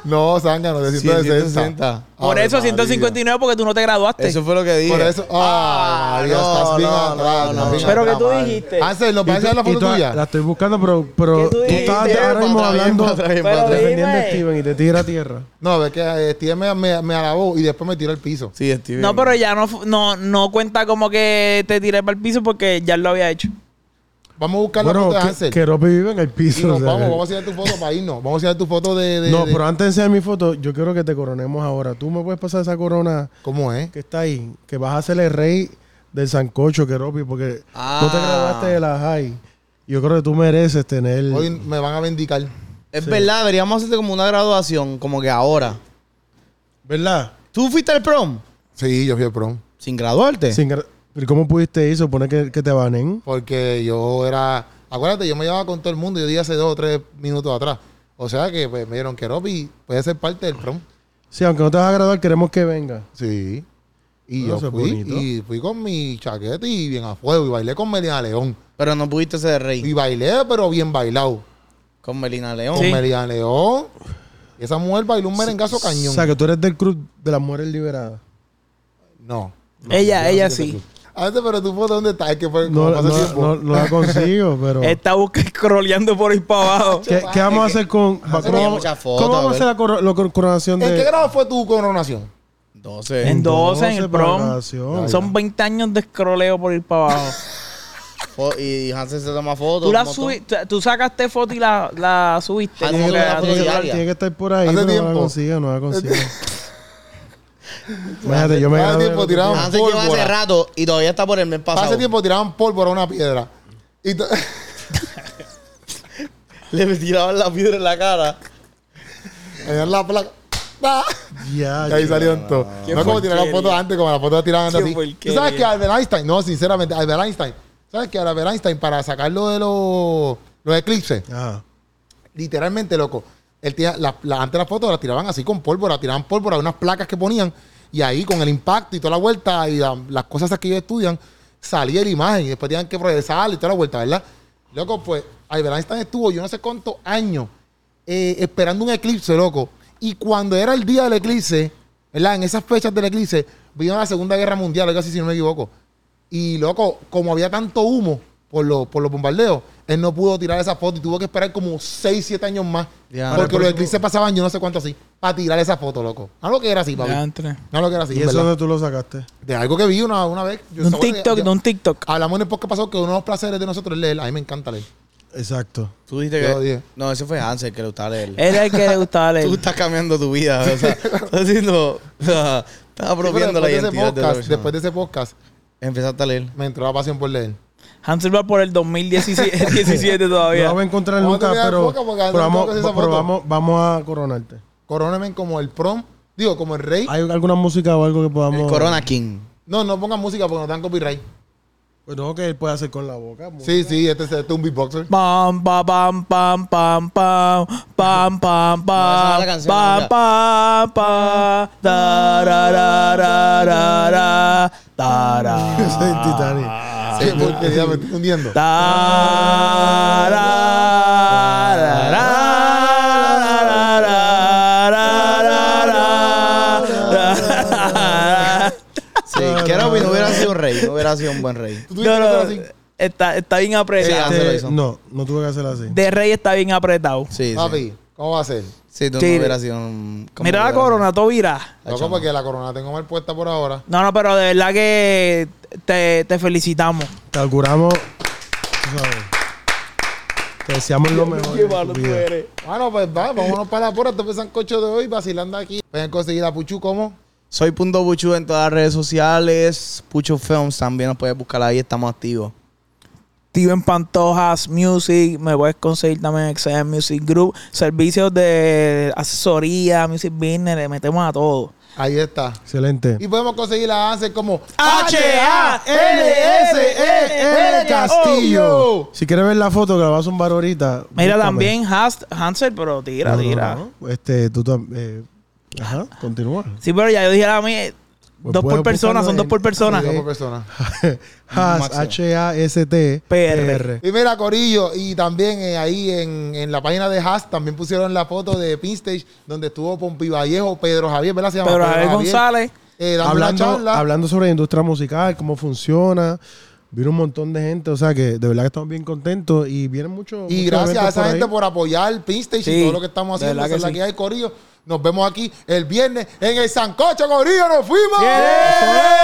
Speaker 1: No, zángano, de 160.
Speaker 4: 160.
Speaker 2: Por
Speaker 1: Ave
Speaker 2: eso
Speaker 1: María.
Speaker 2: 159 porque tú no te graduaste.
Speaker 4: Eso fue lo que dije.
Speaker 1: Por eso. Ah, María,
Speaker 4: no,
Speaker 1: estás bien
Speaker 4: no,
Speaker 1: atrás.
Speaker 4: no,
Speaker 1: estás
Speaker 4: no.
Speaker 1: bien
Speaker 2: Pero que
Speaker 1: atrás. Ah,
Speaker 2: tú
Speaker 4: madre.
Speaker 2: dijiste.
Speaker 1: Hansel, ¿nos
Speaker 3: Y
Speaker 1: puedes
Speaker 3: tú-
Speaker 1: enseñar la
Speaker 3: y
Speaker 1: foto
Speaker 3: tú- La
Speaker 1: tuya?
Speaker 3: estoy buscando, pero, pero
Speaker 2: ¿Qué tú
Speaker 3: tú estabas
Speaker 2: dijiste?
Speaker 3: ahora mismo
Speaker 4: Para atrás,
Speaker 3: hablando,
Speaker 4: para atrás, para
Speaker 2: Pero
Speaker 4: atrás.
Speaker 3: defendiendo a
Speaker 2: dime.
Speaker 3: Steven y te tira a tierra.
Speaker 1: No, es que eh, Steven me, me, me alabó y después me tiró al piso.
Speaker 4: Sí, estoy bien.
Speaker 2: No, pero ya no, fu- no, no cuenta como que te tiré para el piso porque ya lo había hecho.
Speaker 1: Vamos a buscar la
Speaker 3: Bueno,
Speaker 1: foto de
Speaker 3: que,
Speaker 1: Hansel.
Speaker 3: que Ropi vive en el
Speaker 1: Y
Speaker 3: piso.
Speaker 1: nos
Speaker 3: o sea,
Speaker 1: vamos,
Speaker 3: que-
Speaker 1: vamos a enseñar tu foto para irnos. Vamos a enseñar tu foto de. de-
Speaker 3: no,
Speaker 1: de-
Speaker 3: pero antes de enseñar mi foto, yo quiero que te coronemos ahora. Tú me puedes pasar esa corona
Speaker 1: ¿Cómo es?
Speaker 3: que está ahí, que vas a ser el rey del sancocho, que Ropi, porque no te
Speaker 4: Ah.
Speaker 3: grabaste de la high. Yo creo que tú mereces tener.
Speaker 1: Hoy me van a bendicar.
Speaker 4: Es verdad, deberíamos hacerte como una graduación, como que ahora.
Speaker 3: ¿Verdad?
Speaker 4: ¿Tú fuiste al prom?
Speaker 1: Sí, yo fui al prom.
Speaker 4: Sin graduarte.
Speaker 3: Sin gra- ¿Pero ¿Cómo pudiste eso? ¿Poner que, que te banen?
Speaker 1: Porque yo era. Acuérdate, yo me llevaba con todo el mundo. Yo dije hace dos o tres minutos atrás. O sea que pues, me dieron que Ropi puede ser parte del prom.
Speaker 3: Sí, aunque no te vas a graduar, queremos que venga.
Speaker 1: Sí. Y
Speaker 3: Ah, eso
Speaker 1: yo
Speaker 3: es
Speaker 1: fui,
Speaker 3: bonito.
Speaker 1: y fui con mi chaqueta y bien a fuego. Y bailé con Melina León.
Speaker 4: Pero no pudiste ser
Speaker 1: Y
Speaker 4: rey.
Speaker 1: bailé, pero bien bailado.
Speaker 4: Con Melina León.
Speaker 1: Con
Speaker 2: Sí.
Speaker 1: Melina León. Esa mujer bailó un merengazo
Speaker 3: O
Speaker 1: cañón.
Speaker 3: sea, que tú eres del club de las mujeres liberadas.
Speaker 1: No. No,
Speaker 2: Ella,
Speaker 1: yo no
Speaker 2: ella
Speaker 1: sé qué
Speaker 2: sí.
Speaker 1: fue. Ah, este, pero tu foto, ¿dónde está? Es que fue como
Speaker 3: No, no,
Speaker 1: pasó el tiempo. Este
Speaker 3: no- no
Speaker 1: <laughs>
Speaker 3: la consigo, pero...
Speaker 2: Está busca <laughs> scrolleando por ahí para abajo.
Speaker 3: ¿Qué, qué vamos a hacer con... ¿Cómo,
Speaker 4: tenía muchas fotos,
Speaker 3: cómo vamos a
Speaker 4: a ver.
Speaker 3: hacer la, coro- la cor- coronación
Speaker 1: ¿En
Speaker 3: de...?
Speaker 1: qué grado fue tu coronación?
Speaker 4: 12.
Speaker 2: En 12 en el
Speaker 3: 12
Speaker 2: prom.
Speaker 3: preparación.
Speaker 2: Son 20 años de scrolleo por ir para
Speaker 4: <laughs>
Speaker 2: abajo.
Speaker 4: Fo- Y Hansen se toma fotos.
Speaker 2: Tú la
Speaker 4: un montón.
Speaker 2: subi- tú- tú sacaste foto y la, la subiste.
Speaker 4: Ah,
Speaker 2: como
Speaker 4: sí,
Speaker 2: que
Speaker 4: la
Speaker 2: así.
Speaker 3: Tiene que, estar,
Speaker 4: diaria.
Speaker 3: tiene que estar por ahí,
Speaker 1: Hace
Speaker 3: pero no la
Speaker 1: tiempo.
Speaker 3: consigo, no la consigo. Imagínate, yo me
Speaker 1: Hace
Speaker 3: gradué
Speaker 1: tiempo
Speaker 3: el otro día.
Speaker 1: tiramos.
Speaker 4: Hansen llegó
Speaker 1: Pólvora.
Speaker 4: hace rato y todavía está por el mes pasado.
Speaker 1: Hace tiempo tiraban pólvora a una piedra. Y to-
Speaker 4: Le tiraban la piedra en la cara.
Speaker 1: <laughs> Allá en la placa. ¡Ah!
Speaker 3: Ya,
Speaker 1: Y ahí
Speaker 3: ya.
Speaker 1: salieron todos.
Speaker 2: Qué
Speaker 1: No como tirar las fotos
Speaker 2: porquería.
Speaker 1: antes, como las fotos tiraban
Speaker 2: Qué
Speaker 1: así. ¿Tú
Speaker 2: porquería.
Speaker 1: sabes que Albert Einstein, no, sinceramente, Albert Einstein, ¿sabes que Albert Einstein para sacarlo de los, los eclipses?
Speaker 3: Ajá.
Speaker 1: Literalmente, loco. Él tira- la- la- antes las fotos las tiraban así con pólvora, tiraban pólvora, unas placas que ponían, y ahí con el impacto y toda la vuelta y la- las cosas esas que ellos estudian, salía la imagen y después tenían que progresar y toda la vuelta, ¿verdad? Loco, pues Albert Einstein estuvo yo no sé cuántos años eh, esperando un eclipse, loco. Y cuando era el día del eclipse, ¿verdad? En esas fechas del eclipse, vino la Segunda Guerra Mundial, algo así, si no me equivoco. Y loco, como había tanto humo por, los- por los bombardeos, él no pudo tirar esa foto y tuvo que esperar como 6, 7 años más.
Speaker 4: Ya. Para el
Speaker 1: porque los
Speaker 3: próximo-
Speaker 1: eclipses pasaban yo no sé cuánto así, para tirar esa foto, loco. No lo que era así, papi.
Speaker 2: Diantre.
Speaker 1: No lo que era así,
Speaker 3: ¿Y
Speaker 1: en
Speaker 3: eso
Speaker 1: verdad.
Speaker 3: donde tú lo sacaste?
Speaker 1: De algo que vi una, una vez. yo-
Speaker 2: De un
Speaker 1: ¿se acuerdan?
Speaker 2: TikTok,
Speaker 1: Ya-
Speaker 2: de un
Speaker 4: Ah.
Speaker 2: TikTok.
Speaker 1: Hablamos en el podcast pasado que uno de los placeres de nosotros es leer. A mí me encanta leer.
Speaker 3: Exacto.
Speaker 4: Tú dijiste
Speaker 1: Yo
Speaker 4: que.
Speaker 1: lo dije.
Speaker 4: No, ese fue Hansen que le gustaba leer.
Speaker 2: Era Eh, el que le gustaba
Speaker 4: <laughs>
Speaker 2: leer.
Speaker 4: Tú estás cambiando tu vida. O sea, estás haciendo. Estás
Speaker 1: Sí, pero
Speaker 4: apropiando la
Speaker 1: después, de ese
Speaker 4: identidad de la
Speaker 1: podcast,
Speaker 4: persona.
Speaker 1: después de ese podcast,
Speaker 4: Empezaste a leer.
Speaker 1: me entró la pasión por leer.
Speaker 2: Hansel va por el 2017 17
Speaker 3: No
Speaker 2: todavía.
Speaker 3: la voy a encontrar
Speaker 1: Vamos a
Speaker 3: nunca,
Speaker 1: terminar el
Speaker 3: pero,
Speaker 1: podcast porque no
Speaker 3: pero, vamos,
Speaker 1: tengo que hacer esa
Speaker 3: pero
Speaker 1: foto.
Speaker 3: vamos, vamos a coronarte.
Speaker 1: Corónenme como el prom. Digo, como el rey.
Speaker 3: ¿Hay alguna música o algo que podamos...?
Speaker 4: El Corona King.
Speaker 1: No, no pongan música porque no dan copyright.
Speaker 3: Pues no, que él puede hacer con la boca.
Speaker 1: Sí, <laughs> sí, este, este es un beatboxer.
Speaker 2: Pam, pa, pam, pam, pam, pam, pam,
Speaker 4: No, esa no
Speaker 2: pam,
Speaker 4: es
Speaker 2: pam,
Speaker 4: la canción,
Speaker 2: pam,
Speaker 4: mira.
Speaker 2: pam, pam, da, ra, ra, ra, ra, ra, da, ra.
Speaker 3: Eso es Titanic.
Speaker 1: Qué porquería, me estoy hundiendo.
Speaker 2: Da, ra, ra, ra, ra, ra, ra, ra, ra, ra.
Speaker 4: Sí, que era no hubiera sido un rey. No hubiera sido un buen rey.
Speaker 1: ¿Tú tuviste
Speaker 2: No,
Speaker 1: que
Speaker 2: no, eh,
Speaker 1: hacer así?
Speaker 2: está, está bien apretado.
Speaker 4: Sí,
Speaker 3: Este,
Speaker 4: lo hizo.
Speaker 3: no, no tuve que hacer así.
Speaker 2: De Rey está bien apretado.
Speaker 4: Sí, sí.
Speaker 1: Papi, ¿cómo va a ser?
Speaker 4: Sí, tú
Speaker 2: Sí.
Speaker 4: no hubiera sido un. ¿cómo
Speaker 2: Mira la
Speaker 4: hubiera sido?
Speaker 2: corona, todo vira.
Speaker 1: Loco, porque la corona la tengo mal puesta por ahora.
Speaker 2: No, no, pero de verdad que te, te felicitamos.
Speaker 3: Te auguramos... tú sabes, Te deseamos lo mejor. en tu vida.
Speaker 1: Bueno, pues va, vámonos para la porra. Este fue el sancocho de hoy, vacilando aquí. Pueden conseguir a Puchu como.
Speaker 4: Soy Punto Puchu en todas las redes sociales. Pucho Films también nos puedes buscar ahí, estamos activos.
Speaker 2: Steven Pantojas Music, me puedes conseguir también en XM Music Group, servicios de asesoría, music business, le metemos a todo.
Speaker 1: Ahí está.
Speaker 3: Excelente.
Speaker 1: Y podemos conseguir la ANSE como
Speaker 2: H-A-N-S-E-L
Speaker 1: H-A-N-S-E-L Castillo.
Speaker 3: Si quieres ver la foto que la vas a zumbar ahorita.
Speaker 2: Mira
Speaker 3: búscame.
Speaker 2: también Hans- Hansel, pero tira,
Speaker 3: No, no,
Speaker 2: tira.
Speaker 3: no. Este, tú tam- eh, Ajá,
Speaker 1: <laughs>
Speaker 3: continúa.
Speaker 2: Sí, pero ya yo dije a mí, eh,
Speaker 3: Pues
Speaker 2: dos por
Speaker 3: puedes
Speaker 2: persona,
Speaker 3: buscarlo
Speaker 2: son dos
Speaker 3: en-
Speaker 2: por persona.
Speaker 1: Sí, como persona.
Speaker 3: Has,
Speaker 4: Máximo.
Speaker 3: H-A-S-T.
Speaker 2: PR.
Speaker 1: Y mira, Corillo, y también eh, ahí en, en la página de Has también pusieron la foto de Pinstage donde estuvo Pompi Vallejo, Pedro Javier, ¿verdad? Se llama
Speaker 2: Pero Javier González,
Speaker 1: eh, dando una
Speaker 3: Hablando,
Speaker 1: charla.
Speaker 3: hablando sobre la industria musical, cómo funciona. Vino un montón de gente, o sea que de verdad que estamos bien contentos y vienen muchos.
Speaker 1: Y
Speaker 3: muchos
Speaker 1: gracias a esa
Speaker 3: eventos por ahí.
Speaker 1: gente por apoyar Pinstage y
Speaker 2: Sí,
Speaker 1: todo lo que estamos
Speaker 2: de
Speaker 1: haciendo. Esa
Speaker 2: verdad que
Speaker 1: es la
Speaker 2: sí.
Speaker 1: que hay, Corillo. Nos vemos aquí el viernes en el Sancocho, Corillo. ¡Nos fuimos!
Speaker 2: Yeah.